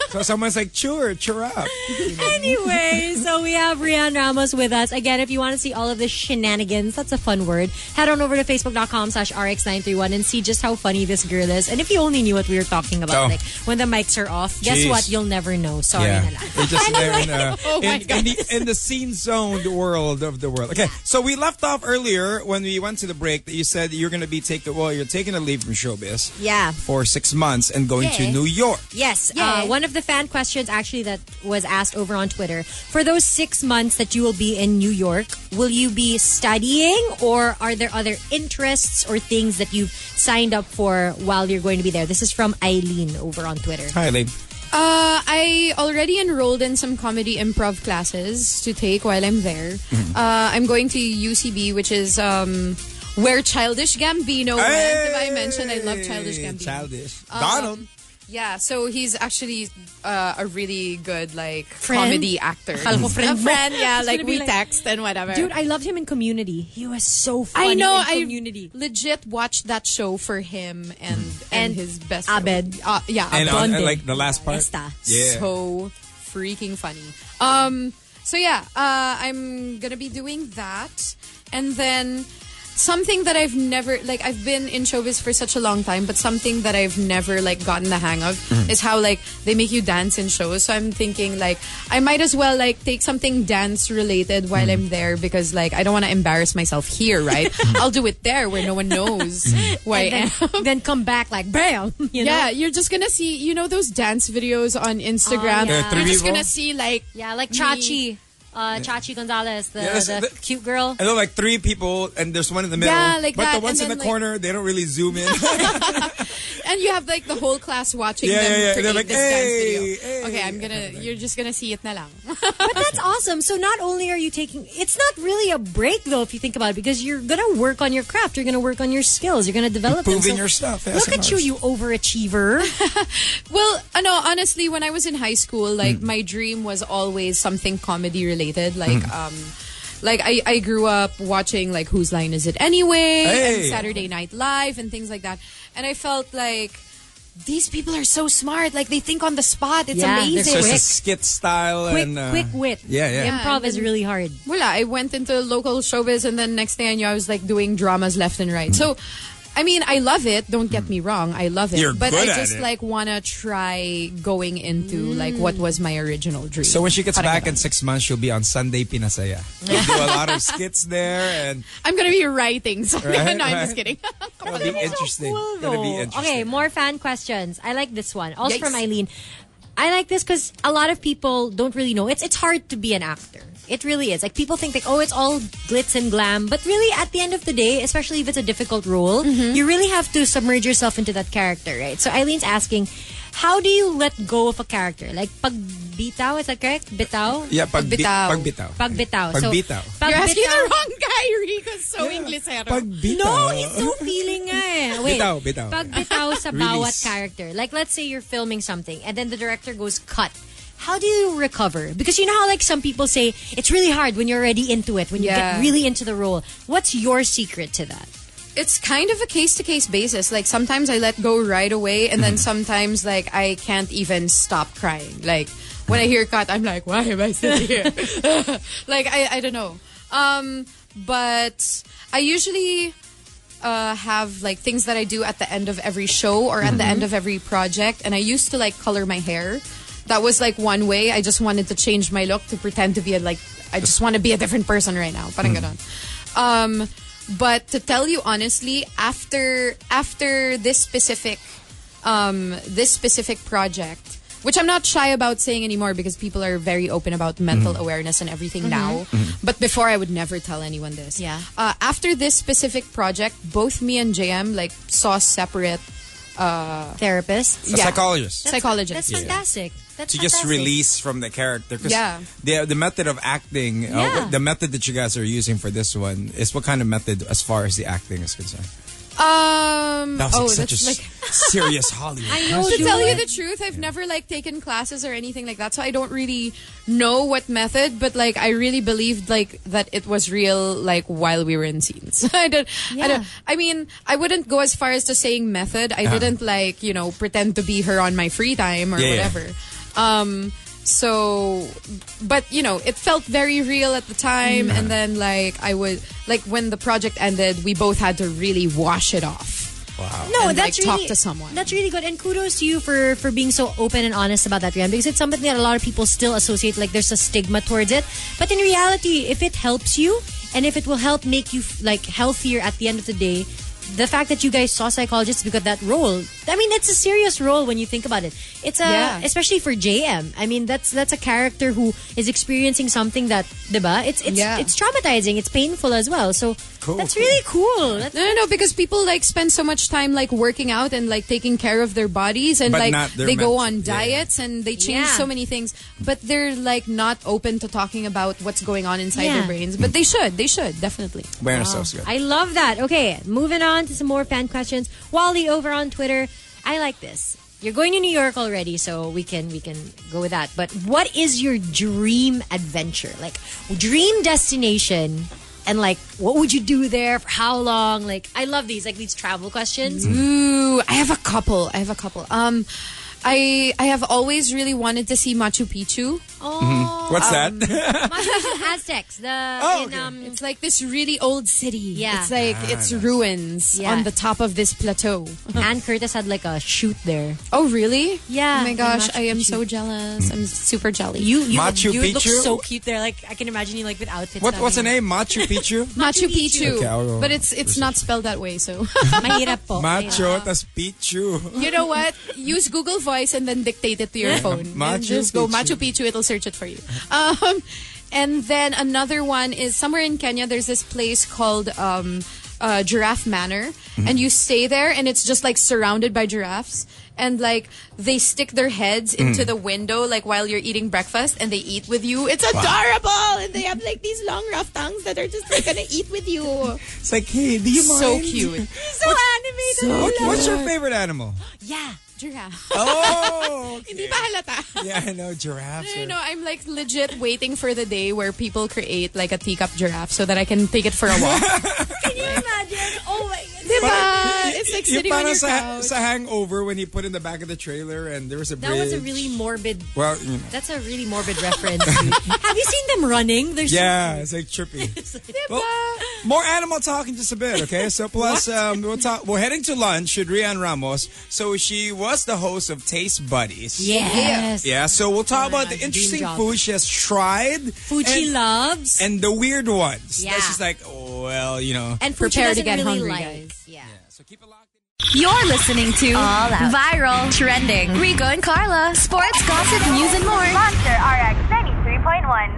So someone's like, sure, cheer up.
Anyway, so we have Rian Ramos with us. Again, if you want to see all of the shenanigans, that's a fun word, head on over to facebook.com slash rx931 and see just how funny this girl is. And if you only knew what we were talking about,
Oh.
like when the mics are off, guess
Jeez.
what? You'll never know. Sorry Oh, na lang.
We're just there in, uh,
Oh my
in, in the, in the scene zoned world of the world. Okay, so we left off earlier when we went to the break that you said that you're going to be taking, well, you're taking a leave from showbiz
Yeah.
for six months and going to
Yeah.
New York.
Yes.
Yay.
Uh, one of the fan questions actually that was asked over on Twitter. For those six months that you will be in New York, will you be studying or are there other interests or things that you've signed up for while you're going to be there? This is from Eileen over on Twitter.
Hi, Lee.
Uh, I already enrolled in some comedy improv classes to take while I'm there. Uh, I'm going to UCB, which is um, where Childish Gambino Um, went. Have I mentioned I love Childish Gambino?
Childish. Donald.
Yeah, so he's actually uh, a really good like
Friend?
comedy actor.
ko, friend
a
mo.
friend, yeah,
He's
like
gonna be
we
like,
text and whatever.
Dude, I loved him in Community. He was so funny
I know.
in
I
Community.
legit watched that show for him and and,
And
his best
Abed.
friend. Uh, yeah,
And,
Abed.
on, and like the last part.
Esta.
Yeah.
so freaking funny. Um, so yeah, uh, I'm gonna be doing that, and then something that I've never like I've been in showbiz for such a long time, but something that I've never like gotten the hang of is how like they make you dance in shows. So I'm thinking like I might as well like take something dance related while I'm there because like I don't want to embarrass myself here, right? I'll do it there where no one knows who I
then,
am.
then come back like bam. You know?
Yeah, you're just gonna see, you know, those dance videos on
Oh, yeah.
Instagram.
They're three
You're just
people.
gonna see like
Yeah, like
Me.
Chachi. Uh, Chachi Gonzalez, the,
Yes,
the,
the-
cute girl.
And then like three people, and there's one in the middle.
Yeah, like
but
that,
the ones
and
in the
then, like-
corner, they don't really zoom in.
and you have like the whole class watching
Yeah,
them
yeah, yeah.
create
They're like,
this
"Hey,
dance video.
hey."
Okay, I'm gonna you're just gonna see it na lang.
But that's awesome. So not only are you taking, it's not really a break though, if you think about it, because you're gonna work on your craft, you're gonna work on your skills, you're gonna develop them.
Improving
So
your stuff, yes,
Look
of
at you,
course.
you overachiever.
well, uh, no, honestly, when I was in high school, like
Hmm.
my dream was always something comedy related. Like
Hmm.
um like I, I grew up watching like Whose Line Is It Anyway and
Hey.
Saturday Night Live and things like that. And I felt like these people are so smart. Like they think on the spot. It's
Yeah, they're
amazing.
so it's a
Quick.
skit style
quick,
and uh,
quick wit.
Yeah, yeah.
Improv is really hard.
Wala, I went into local showbiz and then next thing I knew I was like doing dramas left and right. So, I mean, I love it. Don't get me wrong. I love it.
You're
but
good
I
at
just
it.
like want to try going into like what was my original dream.
So when she gets
Parang
back
ganun.
in six months, she'll be on Sunday Pinasaya. We'll do a lot of skits there, and
I'm going to be writing. So,
Right,
no, I'm just
right.
kidding.
it'll be interesting.
Cool,
It'll be
though.
interesting.
Okay, more fan questions. I like this one. Also
Yikes.
from Eileen. I like this because a lot of people don't really know. It's it's hard to be an actor. It really is. Like people think like, oh, it's all glitz and glam, but really at the end of the day, especially if it's a difficult role, you really have to submerge yourself into that character, right? So Eileen's asking, how do you let go of a character? Like pagbitaw, is that correct? Bitaw?
Yeah, pagbitaw.
Pagbitaw.
Pagbitaw.
Pagbitaw.
Pagbitaw.
So,
You're asking
pagbitaw-
the wrong guy, Rico. So English.
Pagbitaw.
No, it's so feeling nga eh. Wait,
Bitaw, bitaw.
Pag bitaw sa
Release.
bawat character. Like, let's say you're filming something and then the director goes cut. How do you recover? Because you know how like some people say, it's really hard when you're already into it, when you
Yeah.
get really into the role. What's your secret to that?
it's kind of a case to case basis. Like sometimes I let go right away, and then sometimes like I can't even stop crying. Like when I hear cut, I'm like, why am I still here? like I, I don't know. Um, but I usually uh, have like things that I do at the end of every show or at the end of every project, and I used to like color my hair. That was like one way. I just wanted to change my look to pretend to be a, like I just want to be a different person right now. Parang ganon. Um, but to tell you honestly, after after this specific um, this specific project, which I'm not shy about saying anymore because people are very open about mental
Mm-hmm.
awareness and everything now. But before, I would never tell anyone this.
Yeah.
Uh, after this specific project, both me and JM like saw separate
Uh,
Therapist?
A
Yeah.
psychologist.
That's
psychologists.
fantastic. That's
to just
fantastic.
release from the character. 'Cause
Yeah.
The, the method of acting, uh,
Yeah.
what- the method that you guys are using for this one is what kind of method as far as the acting is concerned?
Um.
That was
oh,
like, such a
that's
s-
like.
serious Hollywood. I
know,
To
dude.
tell you the truth, I've never like taken classes or anything like that, so I don't really know what method. But like, I really believed like that it was real, like while we were in scenes. I don't. I don't. I mean, I wouldn't go as far as to saying method. I didn't like you know pretend to be her on my free time or
Uh-huh. Yeah, yeah.
whatever. Um. So, but you know, it felt very real at the time,
Uh-huh.
and then like I would like when the project ended, we both had to really wash it off.
no,
and,
that's
like,
really,
talk to someone.
That's really good, and kudos to you for for being so open and honest about that, Rian, because it's something that a lot of people still associate like there's a stigma towards it. But in reality, if it helps you and if it will help make you like healthier at the end of the day. The fact that you guys saw psychologists because that role, I mean, it's a serious role when you think about it. It's a,
Yeah.
especially for JM. I mean, that's that's a character who is experiencing something that, diba? It's it's
Yeah.
it's traumatizing. It's painful as well. So
Cool,
that's
cool.
really cool. That's
No, no, no, because people like spend so much time like working out and like taking care of their bodies and
But
like
not their
they go
mental-
on
yeah, yeah.
diets and they change
Yeah.
so many things, but they're like not open to talking about what's going on inside
Yeah.
their brains. But they should, they should definitely.
Wearing ourselves good.
I love that. Okay, moving on to some more fan questions. Wally over on Twitter. I like this. You're going to New York already, so we can we can go with that. But what is your dream adventure? Like dream destination and like what would you do there for how long? Like I love these like these travel questions.
Mm.
Ooh, I have a couple. I have a couple. Um, I I have always really wanted to see Machu Picchu.
Mm-hmm.
Oh,
What's that?
Aztecs. The in,
Oh, okay.
um,
It's like this really old city.
Yeah.
it's like
Ah,
it's ruins
Yeah.
on the top of this plateau.
Ann Curtis had like a shoot there.
Oh, really?
Yeah,
Oh my
in
gosh,
Machu
I am
Picchu.
so jealous.
Mm.
I'm super jelly.
You you,
Machu
you would look
Picchu?
so cute there. Like I can imagine you like with outfits.
what
na
what's the
ganyan.
name? Machu Picchu?
Machu
Picchu.
Picchu,
Okay, I'll go.
but it's it's not spelled that way. So
Mahirap po.
Macho tas Picchu.
you know what? Use Google Voice and then dictate it to your phone. and
Machu
just go
Picchu.
Machu Picchu. It'll search it for you. Um, and then another one is somewhere in Kenya. There's this place called um, uh, Giraffe Manor,
Mm-hmm.
and you stay there, and it's just like surrounded by giraffes. And like they stick their heads
Mm-hmm.
into the window, like while you're eating breakfast, and they eat with you. It's adorable, and they have like these long rough tongues that are just like gonna eat with you.
It's like, hey, do you
So
mind?
cute.
So animated.
What, what's your favorite animal?
yeah.
Giraffe.
Oh, okay.
Hindi ba halata?
yeah, I know giraffes.
No,
are-
no, no, I'm like legit waiting for the day where people create like a teacup giraffe so that I can take it for a walk.
Can you imagine? Oh my god.
diba? Uh, It's like
Yung
sitting on
parang
your
sa,
couch.
sa hangover when he put in the back of the trailer and there was a
That
bridge.
was a really morbid.
well, you know,
That's a really morbid reference. Have you seen them running? They're so
yeah, it's like trippy. Well,
uh."
more animal talk in just a bit, okay? So plus, um, we'll talk, we're heading to lunch with Rian Ramos. So she was the host of Taste Buddies.
Yes.
Yeah, so we'll talk
Oh my
about
God,
the interesting
dream job.
food she has tried.
Food she
and,
loves.
And the weird ones.
Yeah.
That's just like, oh, well, you know.
And food she
Prepare to
doesn't
get
really
hungry,
like.
guys.
Yeah.
So keep it locked.
You're listening to All Out. Viral, Trending, Rico and Carla, Sports, Gossip, News, and more.
Monster RX 93.1.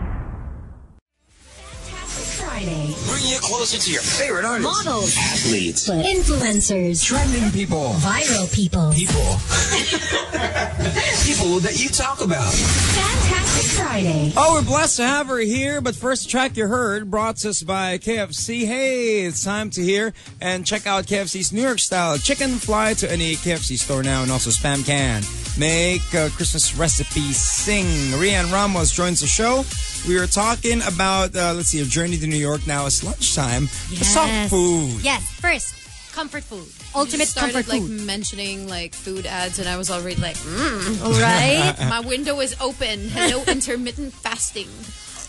Friday.
Bring you closer to your favorite artists.
Models.
Athletes.
Influencers.
Trending people.
Viral people.
People. people that you talk about.
Fantastic Friday.
Oh, we're blessed to have her here. But first track you heard brought to us by KFC. Hey, it's time to hear and check out KFC's New York style chicken fly to any KFC store now and also spam can. Make uh, Christmas recipe sing. Rian Ramos joins the show. We are talking about, uh, let's see, a journey to New York now. It's lunchtime. Let's talk
Yes.
food.
Yes. First, comfort food.
You
Ultimate
started
comfort
like
food.
mentioning like food ads, and I was already like, mm.
All right.
my window is open. Hello, intermittent fasting.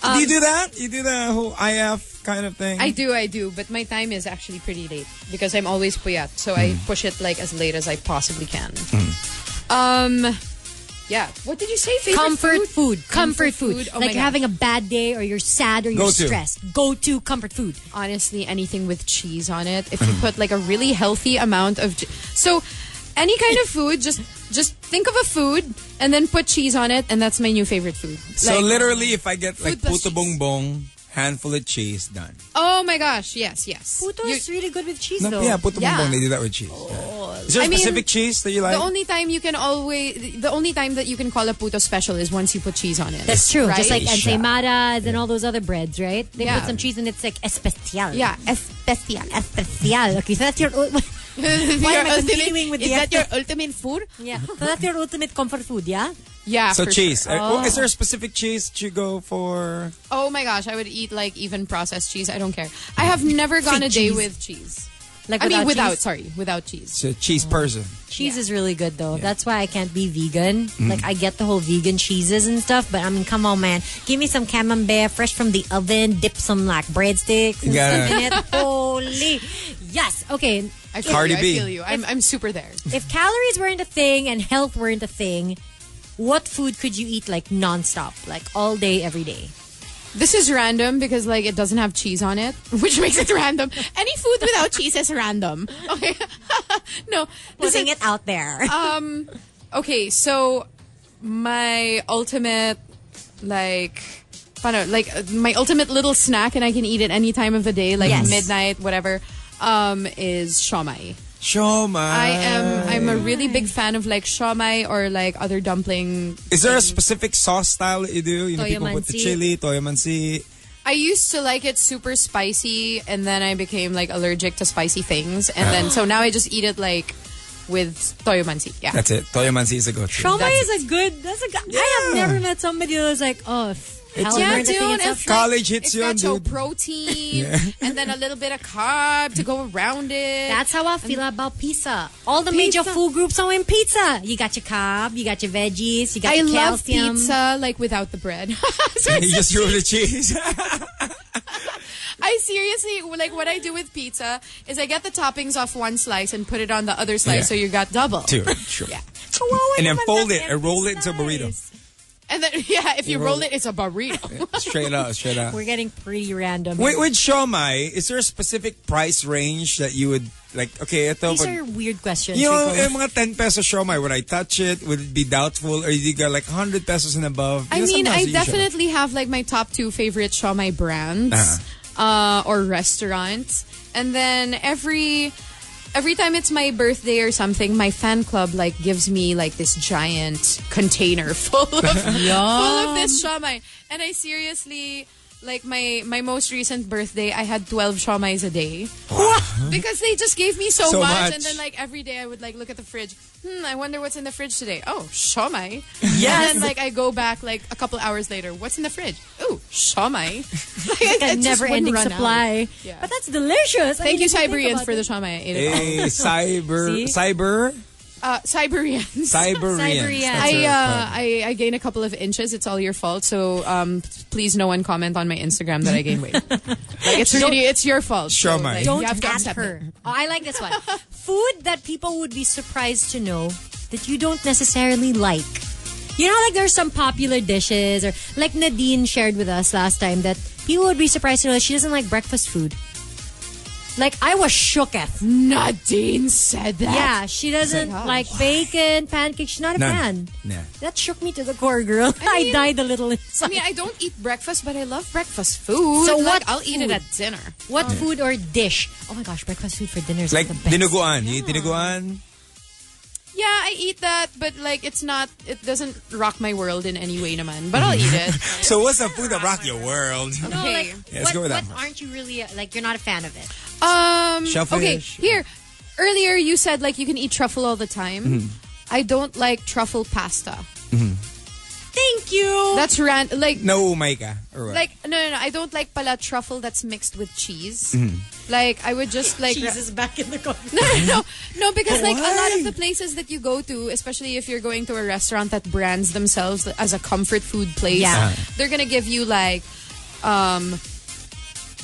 Um,
do you do that? You do the whole IF kind of thing?
I do, I do, but my time is actually pretty late because I'm always puyat, so I push it like as late as I possibly can. Um, yeah. What did you say? Favorite
comfort food. Comfort,
Comfort
food.
food. Oh
like
my
you're
God.
having a bad day or you're sad or you're
Go-to.
stressed. Go to comfort food.
honestly anything with cheese on it. If you put like a really healthy amount of che- so any kind of food, just just think of a food and then put cheese on it, and that's my new favorite food.
So
Like-
literally, if I get like
Food plus
puto
cheese.
bongbong, handful of cheese, done.
oh my gosh, yes, yes.
Puto
You-
is really good with cheese
No,
though.
yeah, puto
Yeah. Oh.
bongbong, they do that with cheese. Yeah. Is there a
I mean,
specific cheese that you like?
the only time you can always, the only time that you can call a puto special is once you put cheese on it.
That's true.
Right?
Just like
Sure.
ensaimadas and all those other breads, right? They
Yeah.
put some cheese and it's like especial.
yeah, especial.
Especial. Okay, so that's your. Why am I continuing with
is
the
that your ultimate food?
Yeah. So that's your ultimate comfort food, yeah?
Yeah.
so
for
cheese.
sure.
Uh, well, Is there a specific cheese that you go for?
Oh my gosh, I would eat like even processed cheese. I don't care. I have never gone a day
cheese.
with cheese.
Like
I mean, without,
cheese,
sorry, without
It's
cheese.
a cheese person.
cheese is really good though. That's why I can't be vegan. Like I get the whole vegan cheeses and stuff, but I mean, come on, man, give me some camembert fresh from the oven. Dip some like breadsticks and
Gotta-
stuff in it. Holy, yes. Okay,
I feel
Cardi
you,
B.
I feel you. I'm, I'm super there.
if calories weren't a thing and health weren't a thing, what food could you eat like nonstop, like all day, every day?
This is random because like it doesn't have cheese on it, which makes it random. Any food without cheese is random. Okay. no. This
Putting
is,
it Oh, out there.
okay, so my ultimate like paano, like uh, my ultimate little snack and I can eat it any time of the day, like
Yes.
midnight, whatever, um is shawmai.
Shoma.
I am I'm a really big fan of like shawmai or like other dumpling.
Is there a specific sauce style that you do? You know, people put the
Toyomansi.
chili, toyomansi.
I used to like it super spicy and then I became like allergic to spicy things and then so now I just eat it like with Toyo Mansi. Yeah.
That's it. Toyo Mansi is a go-to.
Trauma
That's
is a good. That's a. good I have
Yeah.
never met somebody that was like, oh, f- hell,
yeah,
learned a thing and
dude. It's
stuff.
College hits
it's
you on,
natural
dude.
protein
Yeah.
and then a little bit of carb to go around it.
That's how I feel about pizza. All the major
Pizza.
food groups are in pizza. You got your carb, you got your veggies, you got
I
your
love
calcium.
pizza like without the bread. So
you
it's
just threw the cheese.
I seriously like what I do with pizza is I get the toppings off one slice and put it on the other slice,
Yeah.
so you got double.
Two. Sure.
Kawawa
And then
naman
fold
ng
it and roll it into a
empty
burrito.
slice. And then yeah, if
You
you, roll,
roll
it, it's a burrito.
Straight out, straight out.
We're getting pretty random.
With, with Shomai, is there a specific price range that you would like? Okay, ito.
These
pag-
are weird questions.
you know,
Rico.
oh.
yung mga 10 peso Shomai, would I touch it? Would it be doubtful? Or you got like 100 pesos and above?
I
You know,
mean,
sometimes
I
you eat siya.
definitely have like my top two favorite shawmai brands
Uh-huh.
uh, or restaurants, and then every every time it's my birthday or something, my fan club like gives me like this giant container full of full of this shawmai, and I seriously. Like my my most recent birthday, I had twelve shawmais a day because they just gave me so,
So
much,
much.
and then like every day I would like look at the fridge. Hmm, I wonder what's in the fridge today. Oh, shawmai.
Yes.
And then, like I go back like a couple hours later. What's in the fridge? Ooh, shawmai. like, it
a
just
never-ending
wouldn't run out.
supply.
Yeah.
But that's delicious. I
Thank
mean,
you,
if think
Siberians,
about
for the
it-
shawmai. I ate it all.
Hey, Eh, cyber,
See?
cyber,
Uh, Siberians.
Siberians.
Siberians.
That's a-
I, uh, I I gain a couple of inches. It's all your fault. So um, please, no one comment on my Instagram that I gain weight. like it's really it's your fault. So,
Shawmai.
like,
Don't
you have to
ask
accept it.
her. Oh, I like this one. Food that people would be surprised to know that you don't necessarily like. You know, like there's some popular dishes, or like Nadine shared with us last time that people would be surprised to know that she doesn't like breakfast food. Like I was shooketh.
Nadine said that.
Yeah, she doesn't
gosh.
like "Oh, bacon, pancakes. She's not a
None.
fan.
Nah.
That shook me to the core, girl. I,
mean-
died a little
I
inside.
mean, I don't eat breakfast, but I love breakfast food.
So
Like,
what
I'll eat it
food?
at dinner.
what food or dish? Oh my gosh, breakfast food for dinner is
like
like, the best.
dinuguan. You eat dinuguan?
Yeah, I eat that, but like it's not. It doesn't rock my world in any way, naman. But I'll eat it.
So what's the food that rock your world?
No,
Okay.
like,
Yeah, let's
what,
go with that
what
one.
aren't you really like? You're not a fan of it.
Um. Okay.
Shellfish.
Here, earlier you said like you can eat truffle all the time. I don't like truffle pasta.
Thank you.
That's ran like.
No, Maika. Or what?
Like no no no I don't like pala truffle that's mixed with cheese. Like I would just like
Jesus back in the corner.
No, no, no, no. Because like a lot of the places that you go to, especially if you're going to a restaurant that brands themselves as a comfort food place,
Yeah.
they're gonna give you like, um,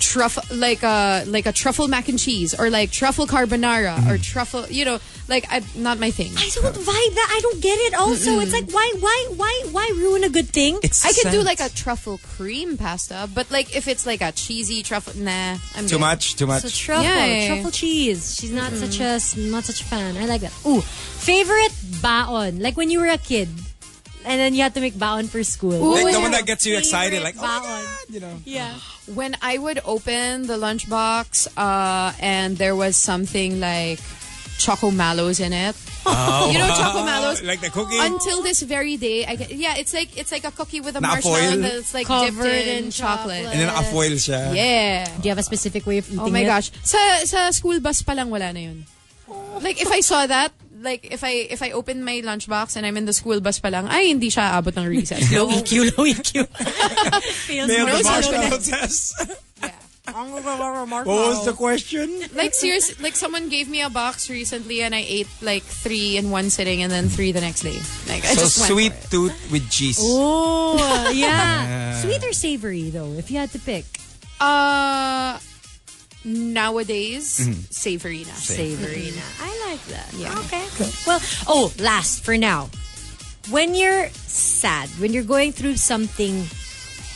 truffle, like a like a truffle mac and cheese, or like truffle carbonara,
Mm.
or truffle. You know, like I, not my thing.
I don't vibe that. I don't get it. Also, it's like why, why, why, why ruin a good thing?
It's
I could do
scent.
like a truffle cream pasta, but like if it's like a cheesy truffle, nah, I'm
too
good.
much, too much.
so truffle,
Yeah. Mm.
truffle cheese. She's not such a not such a fan. I like that. Ooh, favorite baon. Like when you were a kid, and then you had to make baon for school.
Ooh.
like the
yeah.
one that gets you excited, like oh my
Favorite
god, you know.
Yeah.
when I would open the lunchbox uh, and there was something like choco mallows in it. you know choco mallows.
Oh. Like the cookie?
Until this very day, I get, yeah, it's like it's like a cookie with a
Na
marshmallow
foil?
and it's like
Covered
dipped in,
in
chocolate.
chocolate.
And then afoil siya.
Yeah.
Do you have a specific way of eating
Oh my
it?
gosh. Sa sa school bus pa lang wala na yun. Like if I saw that, like if I if I open my lunchbox and I'm in the school bus pa lang, ay hindi siya abot ng recess.
Low EQ, low EQ. Feels
They have the
Those are
marshmallow test. What was the question?
Like seriously, like someone gave me a box recently and I ate like three in one sitting and then three the next day. Like I
so
just went
sweet
for it.
tooth with cheese.
Oh, yeah. Sweet or savory, though, if you had to pick?
Uh, nowadays
Mm-hmm.
savory na.
Savory. na. I like that.
Yeah.
Okay. Well, oh, last for now. When you're sad, when you're going through something,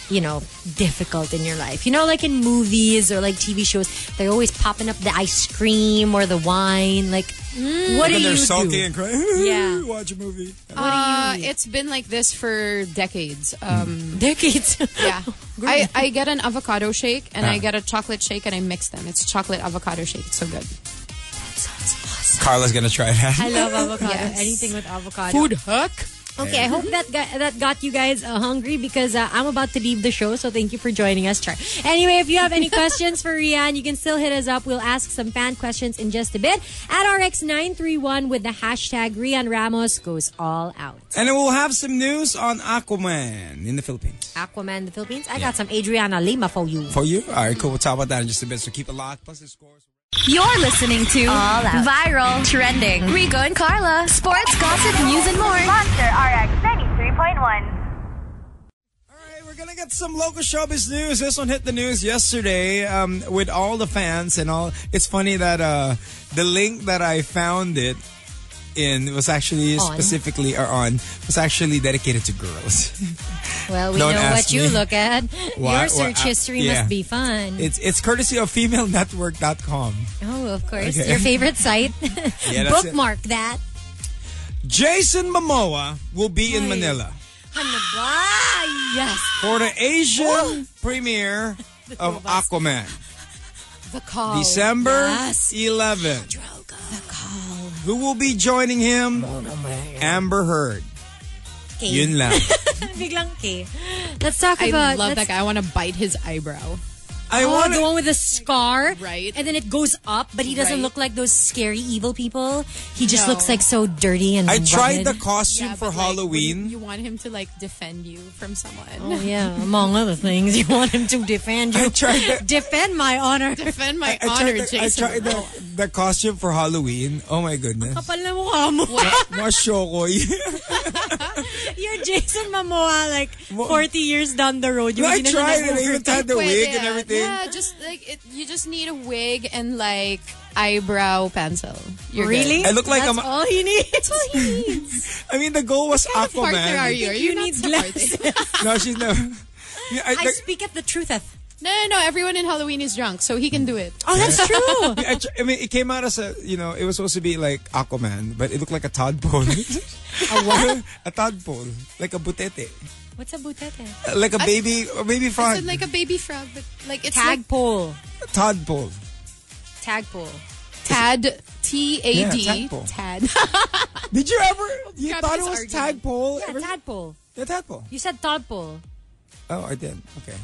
you know, difficult in your life, you know, like in movies or like TV shows, they're always popping up the ice cream or the wine. Like,
Mm.
what do
When
you
they're sulking
do?
and crying.
Yeah.
Watch a movie.
Uh, it's been like this for decades. Um,
Decades.
Mm-hmm.
yeah.
Oh,
I, I get an avocado shake and
Uh-huh.
I get a chocolate shake and I mix them. It's chocolate avocado shake. It's so good.
Sounds awesome.
Carla's gonna try that.
I love avocado.
Yes.
Anything with avocado.
Food hook.
Okay, I hope that got, that got you guys uh, hungry because uh, I'm about to leave the show. So thank you for joining us, Char. Anyway, if you have any questions for Rian, you can still hit us up. We'll ask some fan questions in just a bit at RX931 with the hashtag Rian Ramos goes all out.
And then we'll have some news on Aquaman in the Philippines.
Aquaman, the Philippines. I got some Adriana Lima for you.
For you? All right, cool. We'll talk about that in just a bit. So keep it locked. Plus the scores.
You're listening to All Out. Viral, Trending, Rico and Carla, Sports, Gossip, News, and more.
Monster RX 93.1.
All right, we're gonna get some local showbiz news. This one hit the news yesterday um, with all the fans and all. It's funny that uh, the link that I found it in was actually
On.
specifically or on was actually dedicated to girls.
Well, we
Don't
know
ask
what you
me.
look at.
Why-
Your search
why-
history
yeah.
must be fun.
It's it's courtesy of FemaleNetwork.com.
oh, of course.
Okay.
Your favorite site.
Yeah, that's it.
Bookmark that.
Jason Momoa will be in Manila
Ano ba? Yes.
for the Asian premiere of Aquaman,
The
Oh,
call.
December
Yes.
11th. Who will be joining him? Amber Heard. Yun lang.
Biglang K. Let's talk
I
about.
love that
let's,
guy. I want to bite his eyebrow.
I
Oh,
want
the one with the scar,
Right.
And then it goes up, but he doesn't
Right.
look like those scary evil people. He just
No.
looks like so dirty and.
I tried the
rugged.
costume
Yeah,
for
but, like,
Halloween.
you want him to like defend you from someone.
Oh, yeah, among other things, you want him to defend you.
I tried the-
defend my honor.
Defend my
I tried,
honor,
the, I
Jason.
tried the, the costume for Halloween. Oh my goodness.
Kapal na mukha mo.
Mas shokoy.
You're Jason Momoa, like
Mo-
40 years down the road.
No, I
hindi na niya
tried it. I even
na-overcome.
tried the
Pwede
wig and
ah.
everything.
Yeah, just like it, you just need a wig and like eyebrow pencil. You're good.
Really?
I look like
That's
I'm-
all he needs. That's all he needs.
I mean, the goal was
What kind of partner are
Aquaman.
you? Are
You
you, not
need
so
glasses.
partner?
No, she's never. Yeah, I,
I
the-
speak at the trutheth.
No, no, no. Everyone in Halloween is drunk, so he can do it.
Oh, that's true.
I, tr- I mean, it came out as a, you know, it was supposed to be like Aquaman, but it looked like a tadpole. a what? a tadpole. Like a butete.
What's a butete?
Uh, Like a baby, a baby frog.
It's like a baby frog, but like it's
Tagpole.
tadpole.
Tagpole.
like Tad T A
Yeah,
D
tadpole.
Tad.
Did you ever? You
Grabe
thought
this
it was
argument.
tadpole?
Yeah,
Ever-
tadpole.
yeah, tadpole.
You said tadpole.
Oh, I did. Okay.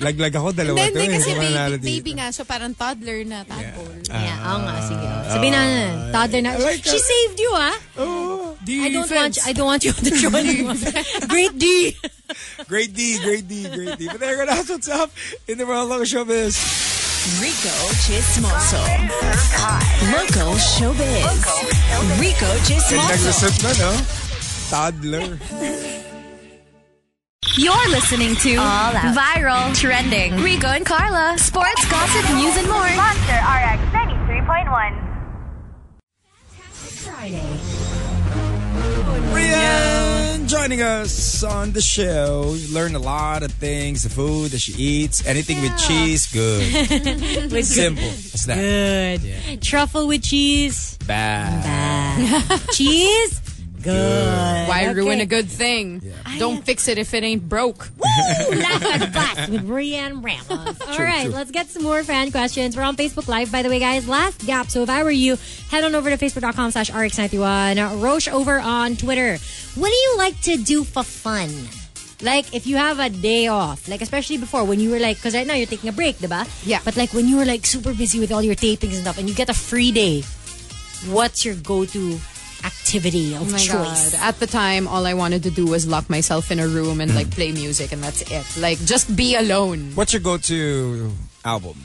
Laglag ako dalawa
Then
to. eh. Hindi
kasi
ko manalo
baby,
dito.
baby nga, so parang toddler na tadpole.
yeah, Ah. oo nga. Sige. oh. Sabihin na na. Toddler na.
I like
she
that.
saved you, ah.
Oh,
I don't want I don't want you to show anymore. Great D.
Great D, great D, great D. But there you go. That's what's up in the world of showbiz.
Rico Chismoso. Local Showbiz. Rico Chismoso.
Nag-resent na, no? Toddler.
You're listening to All Out. Viral, Trending, Rico and Carla, Sports, Gossip, News, and more.
Monster RX 93.1.
Friday.
Rian joining us on the show. You learn a lot of things. The food that she eats. Anything with cheese, good. Simple. That's that.
Good. Truffle with cheese.
Bad.
cheese. Ah. Good. Okay.
Why ruin a good thing? Don't fix it if it ain't broke.
Laugh at Bus with Rianne Ramos. All right,
true.
let's get some more fan questions. We're on Facebook Live, by the way, guys. Last gap. So if I were you, head on over to facebook.com slash rx91. Roche over on Twitter. What do you like to do for fun? Like if you have a day off, like especially before when you were like, because right now you're taking a break, diba?
Yeah.
But like when you were like super busy with all your tapings and stuff, and you get a free day, what's your go-to activity of
Oh my
choice?
God. At the time, all I wanted to do was lock myself in a room and
Mm.
like play music, and that's it. Like just be alone.
What's your go-to album?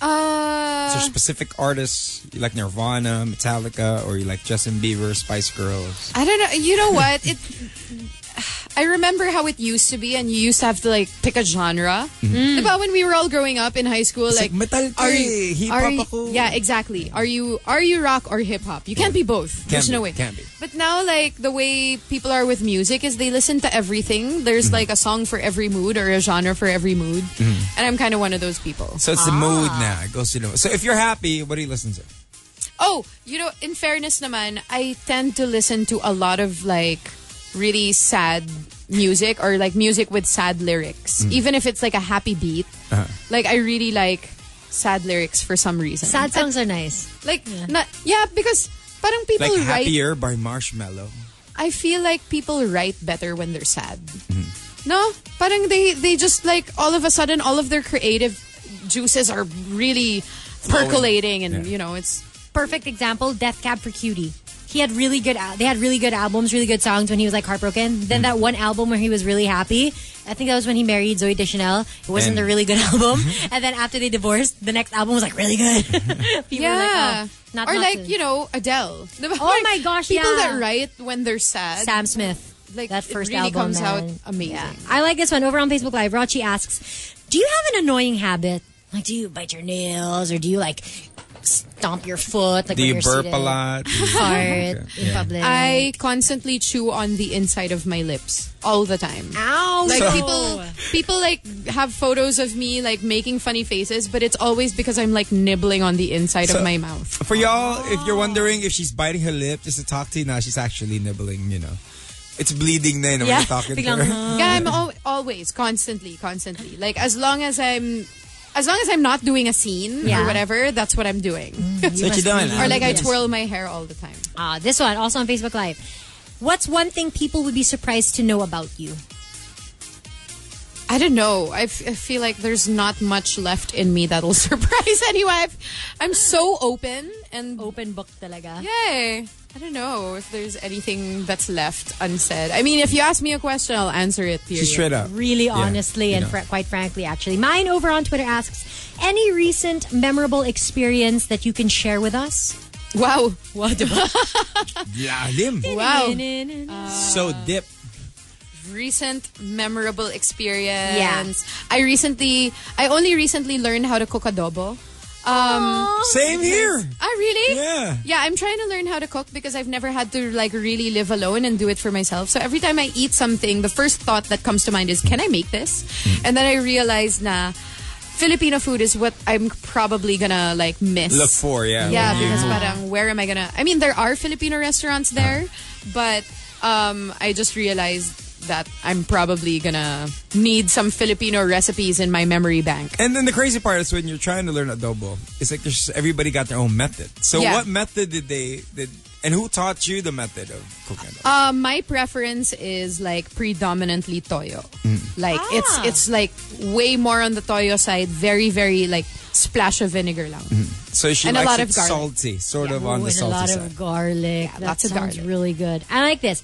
Uh,
Is there specific artists you like Nirvana, Metallica, or you like Justin Bieber, Spice Girls?
I don't know. You know what? It. I remember how it used to be, and you used to have to like pick a genre. About when we were all growing up in high school, like,
Mm-hmm. like, metal ko
are
eh,
you-
hip-hop
are you-
ako.
Yeah, exactly. Are you are you rock or hip hop? You can't be both. There's
be,
no way.
can't be.
But now, like the way people are with music is they listen to everything. There's
Mm-hmm.
like a song for every mood or a genre for every mood, and I'm kind of one of those people.
So it's the mood
Ah.
now. It goes to the mood. So if you're happy, what do you listen to?
Oh, you know, in fairness naman, I tend to listen to a lot of like really sad music or like music with sad
Mm.
lyrics. Even if it's like a happy beat.
Uh-huh.
Like I really like sad lyrics for some reason.
Sad songs are nice.
Like not yeah, because Parang people
Like
write
Happier by Marshmallow.
I feel like people write better when they're sad.
Mm-hmm.
No? Parang they, they just like all of a sudden all of their creative juices are really percolating and
Yeah.
you know it's
perfect example death cab for cutie he had really good al- they had really good albums really good songs when he was like heartbroken
Mm-hmm.
then that one album where he was really happy i think that was when he married zoe deschanel it wasn't
And- Mm-hmm.
a really good album and then after they divorced the next album was like really good People were
yeah
like, oh, not,
or
not
like
to-
you know Adele oh
my gosh,
people
yeah.
that write when they're sad
Sam Smith.
Like,
that
it
first
really
album
comes out
man.
amazing.
I like this one over on Facebook Live. Rachi asks, "Do you have an annoying habit? Like, do you bite your nails or do you like stomp your foot? Like,
Do
when
you
you're
burp
seated?
a lot?
Fart in
Yeah.
public?
I constantly chew on the inside of my lips all the time
Ow!
Like people, people like have photos of me like making funny faces, but it's always because I'm like nibbling on the inside
So-
of my mouth.
For y'all, if
Ah.
you're wondering if she's biting her lip just to talk to you, now she's actually nibbling, you know. It's bleeding na yun when
Yeah.
you're talking to
Biglang,
her.
Yeah, I'm al- always constantly, constantly. Like as long as I'm, as long as I'm not doing a scene
Yeah. Mm.
or whatever, that's what I'm doing.
what you doing?
or like I
Yes.
twirl my hair all the time.
Ah, this one also on Facebook Live. What's one thing people would be surprised to know about you?
I don't know. I, f- I feel like there's not much left in me that'll surprise anyone. I've, I'm so open and
Open book, talaga.
Yay. I don't know if there's anything that's left unsaid. I mean, if you ask me a question, I'll answer it. Period.
She's straight up.
Really,
Yeah,
honestly,
you
and
know.
fr- quite frankly, actually. Mine over on Twitter asks, any recent memorable experience that you can share with us?
Wow.
Lalim.
Wow.
So dip.
Recent memorable experience.
Yeah.
I recently, I only recently learned how to cook adobo. Um,
Same here.
oh, really?
Yeah.
Yeah, I'm trying to learn how to cook because I've never had to like really live alone and do it for myself. So every time I eat something, the first thought that comes to mind is, can I make this?
Mm.
And then I realize, na Filipino food is what I'm probably gonna like miss.
Look for, yeah.
Yeah,
When you
because
move.
parang where am I gonna? I mean, there are Filipino restaurants there, but um, I just realized that I'm probably gonna need some Filipino recipes in my memory bank.
And then the crazy part is when you're trying to learn adobo, it's like there's, everybody got their own method. So
Yeah.
what method did they did and who taught you the method of cooking adobo?
Uh, my preference is like predominantly toyo. Like it's it's like way more on the toyo side. Very very like splash of vinegar lang.
so she
and a
likes
lot
it
of garlic.
salty, sort of
Ooh,
on the
and a lot
salty side.
of garlic. that
lots of
sounds
garlic.
really good. I like this.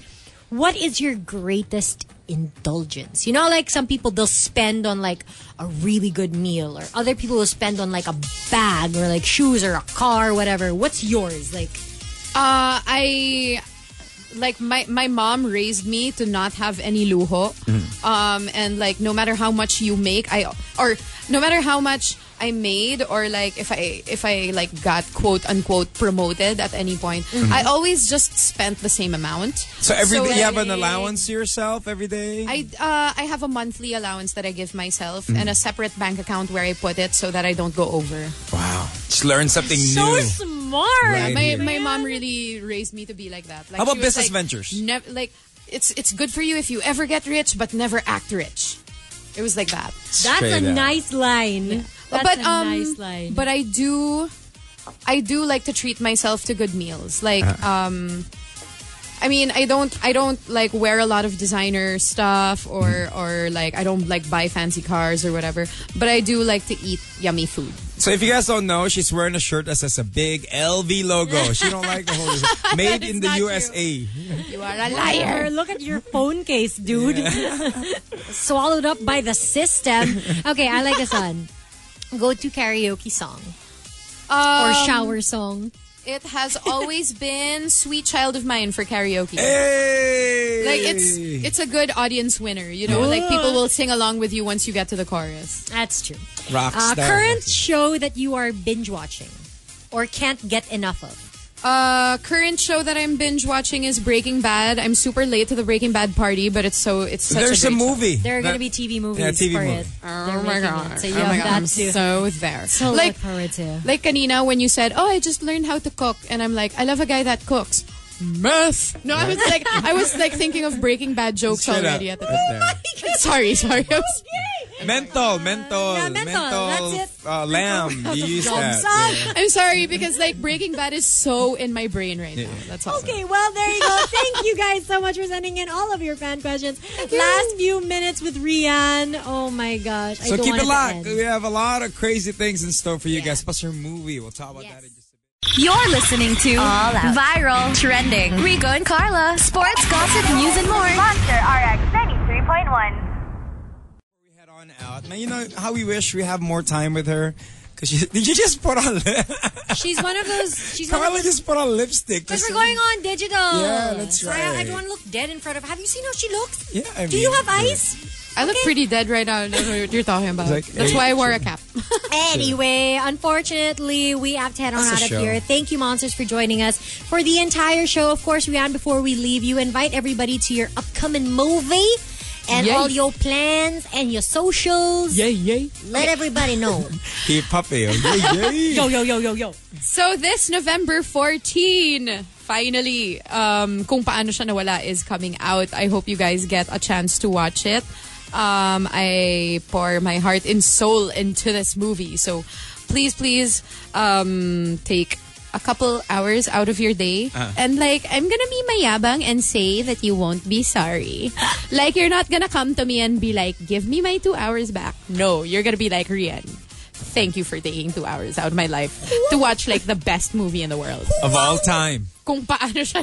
What is your greatest indulgence? You know, like some people they'll spend on like a really good meal, or other people will spend on like a bag or like shoes or a car, whatever. What's yours? Like
Uh, I like my my mom raised me to not have any luho, um, and like no matter how much you make, I or no matter how much I made or like if I if I like got quote unquote promoted at any point, I always just spent the same amount.
So every day you have an
like,
allowance to yourself every day?
I uh, I have a monthly allowance that I give myself and
Mm-hmm.
a separate bank account where I put it so that I don't go over.
wow. Just learn something
so
new.
smart.
Right.
my,
here.
my mom really raised me to be like that. Like,
How about
she was
business
like,
ventures?
nev- like it's it's good for you if you ever get rich, but never act rich. It was like that.
That's
Straight
a
up.
nice line. That's
but
a
um,
nice line.
but I do, I do like to treat myself to good meals. Like um, I mean, I don't I don't like wear a lot of designer stuff or or like I don't like buy fancy cars or whatever. But I do like to eat yummy food.
So if you guys don't know, she's wearing a shirt that says a big LV logo. She don't like the whole made in the
not
USA.
You are a liar.
Look at your phone case, dude. Swallowed up by the system. Okay, I like this one. Go to karaoke song or
Um,
shower song.
It has always been sweet child of mine for karaoke.
Hey!
Like it's it's a good audience winner, you know. Like people will sing along with you once you get to the chorus.
That's true.
rock
Uh,
star.
current show that you are binge watching or can't get enough of.
Uh, current show that I'm binge watching is Breaking Bad. I'm super late to the Breaking Bad party, but it's so it's such
There's
a,
a
great
movie.
There are going to
that-
be TV movies
Yeah, TV
for
movie.
it.
show.
They're
Oh my
making
god!
It. So you
oh
have
my god!
that
I'm
too.
so there.
So
like
look forward to.
like kanina when you said, "Oh, I just learned how to cook," and I'm like, "I love a guy that cooks." Meth. No, I was like I was like thinking of Breaking Bad jokes
Straight up.
already at the
Right there.
sorry, sorry. I was,
Mentol, mentol,
Yeah, menthol,
mentol,
that's it.
Uh, lamb. You use that. yeah.
I'm sorry because like Breaking Bad is so in my brain right now. That's all.
Okay, well, there you go. Thank you guys so much for sending in all of your fan questions. Last few minutes with Rian. Oh my gosh. I
So
don't
keep
want
it locked.
To
We
end.
have a lot of crazy things in store for you guys. Plus your movie. We'll talk about that in just a
You're listening to All Out. Viral, Trending, Rico and Carla, Sports, Gossip, News, and more.
Monster RX 93.1.
bit. Head on out. Now you know how we wish we have more time with her. Cause she, did you just put on? lip-
She's one of those. She's one of
Carla
those.
just put on lipstick.
Because we're going on digital.
Yeah, that's
So I, I
right.
don't want to look dead in front of. Have you seen how she looks?
Yeah, I
Do you
mean,
have eyes?
I look pretty dead right now. I don't know what you're talking about.
It's like,
That's
hey,
why I wore a cap.
Anyway, unfortunately, we have to head on
That's
out
the
of
show.
here. Thank you, Monsters, for joining us for the entire show. Of course, Rian, before we leave, you invite everybody to your upcoming movie and
Yay.
all your plans and your socials.
Yay yay.
Let everybody know.
Hey puppy. oh, Yay yay.
yo, yo, yo, yo.
So this November 14, finally, um, kung paano siya nawala is coming out. I hope you guys get a chance to watch it. Um, I pour my heart and soul into this movie. So please, please um, take a couple hours out of your day and like I'm gonna be mayabang and say that you won't be sorry. like you're not gonna come to me and be like, give me my two hours back. No, you're gonna be like Rian. Thank you for taking two hours out of my life to watch like the best movie in the world.
Of all time.
Kung paano siya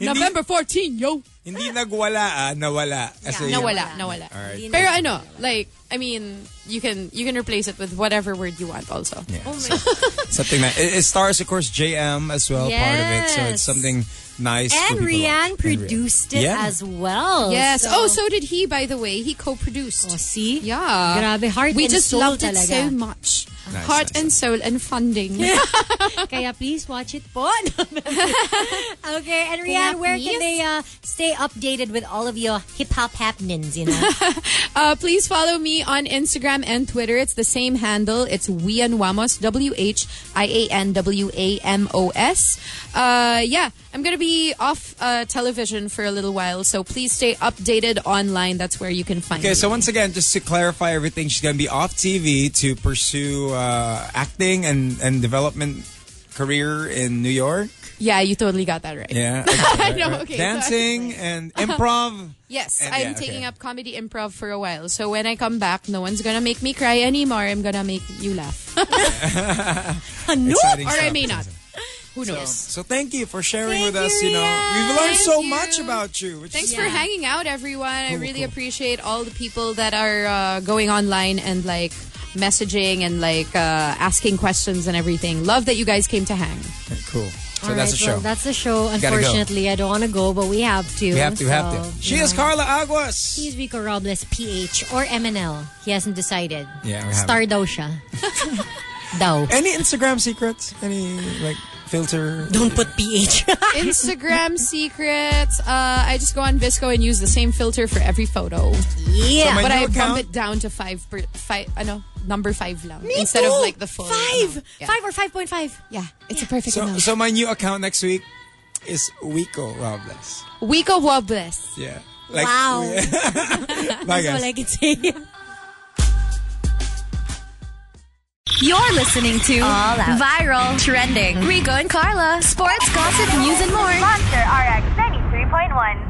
November 14, yo!
Hindi nagwala ah, nawala. Kasi yun-
Nawala, nawala.
Alright.
Pero ano, like, I mean, you can you can replace it with whatever word you want also.
Oh,
Yeah. something that it, it stars, of course, JM as well, part of it. So
Yes.
it's something nice. for
And
people.
Rian
And
produced it
Yeah.
as well.
Yes.
So-
oh, so did he, by the way. He co-produced.
Oh, see?
Yeah.
Grabe, heart
we
and
just
soul
loved it
talaga.
so much.
Nice,
heart
nice,
and soul and funding.
Kaya please watch it po. okay, and Rian,
Kaya
where can
please?
they uh, stay updated with all of your hip-hop happenings, you know?
Uh, please follow me on Instagram and Twitter. It's the same handle. It's Wian Wamos. W H I A N W A M O S. Uh, yeah, I'm gonna be off uh, television for a little while, so please stay updated online. That's where you can find
Okay,
me.
so once again, just to clarify everything, she's gonna be off TV to pursue uh, acting and and development career in New York.
yeah, you totally got that right.
Yeah, I
know, okay,
dancing and improv.
Yes,
And
I'm
yeah,
taking
okay.
up comedy improv for a while. So when I come back, no one's gonna make me cry anymore. I'm gonna make you laugh,
no!
Exciting
or I
stuff.
may not. Who knows?
So thank you for sharing
Thank
with us. You,
you,
know,
Rian.
we've learned so
Thank
much
you.
about you. Which
Thanks
is
for hanging out, everyone. I really
cool.
appreciate all the people that are uh, going online and like messaging and like uh, asking questions and everything. Love that you guys came to hang.
cool. So
All
that's
right,
a show.
Well, that's the show.
gotta go.
Unfortunately, I don't want to go, but we have to.
we have to, we have to.
So,
She
you
is
know.
Carla Aguas.
He's Rico Robles, PH, or MNL. He hasn't decided.
Yeah, we
Star daw siya. daw.
Any Instagram secrets? Any like filter?
Don't put PH.
Instagram secrets. Uh, I just go on Visco and use the same filter for every photo,
yeah.
My
but
new
I
account?
bump it down to five. Per, five. I know number five lang
Me
instead
too.
of like the full
Five.
amount. Yeah.
Five or 5.5.
Yeah, it's a perfect
So,
amount.
so my new account next week is Wico Robles.
Wiko Wobles.
Yeah. Like,
wow.
Bye,
That's
guys.
all I can say.
You're listening to All Out. Viral, Trending, Rico and Carla, Sports, Gossip, News, and more.
Monster RX 93.1.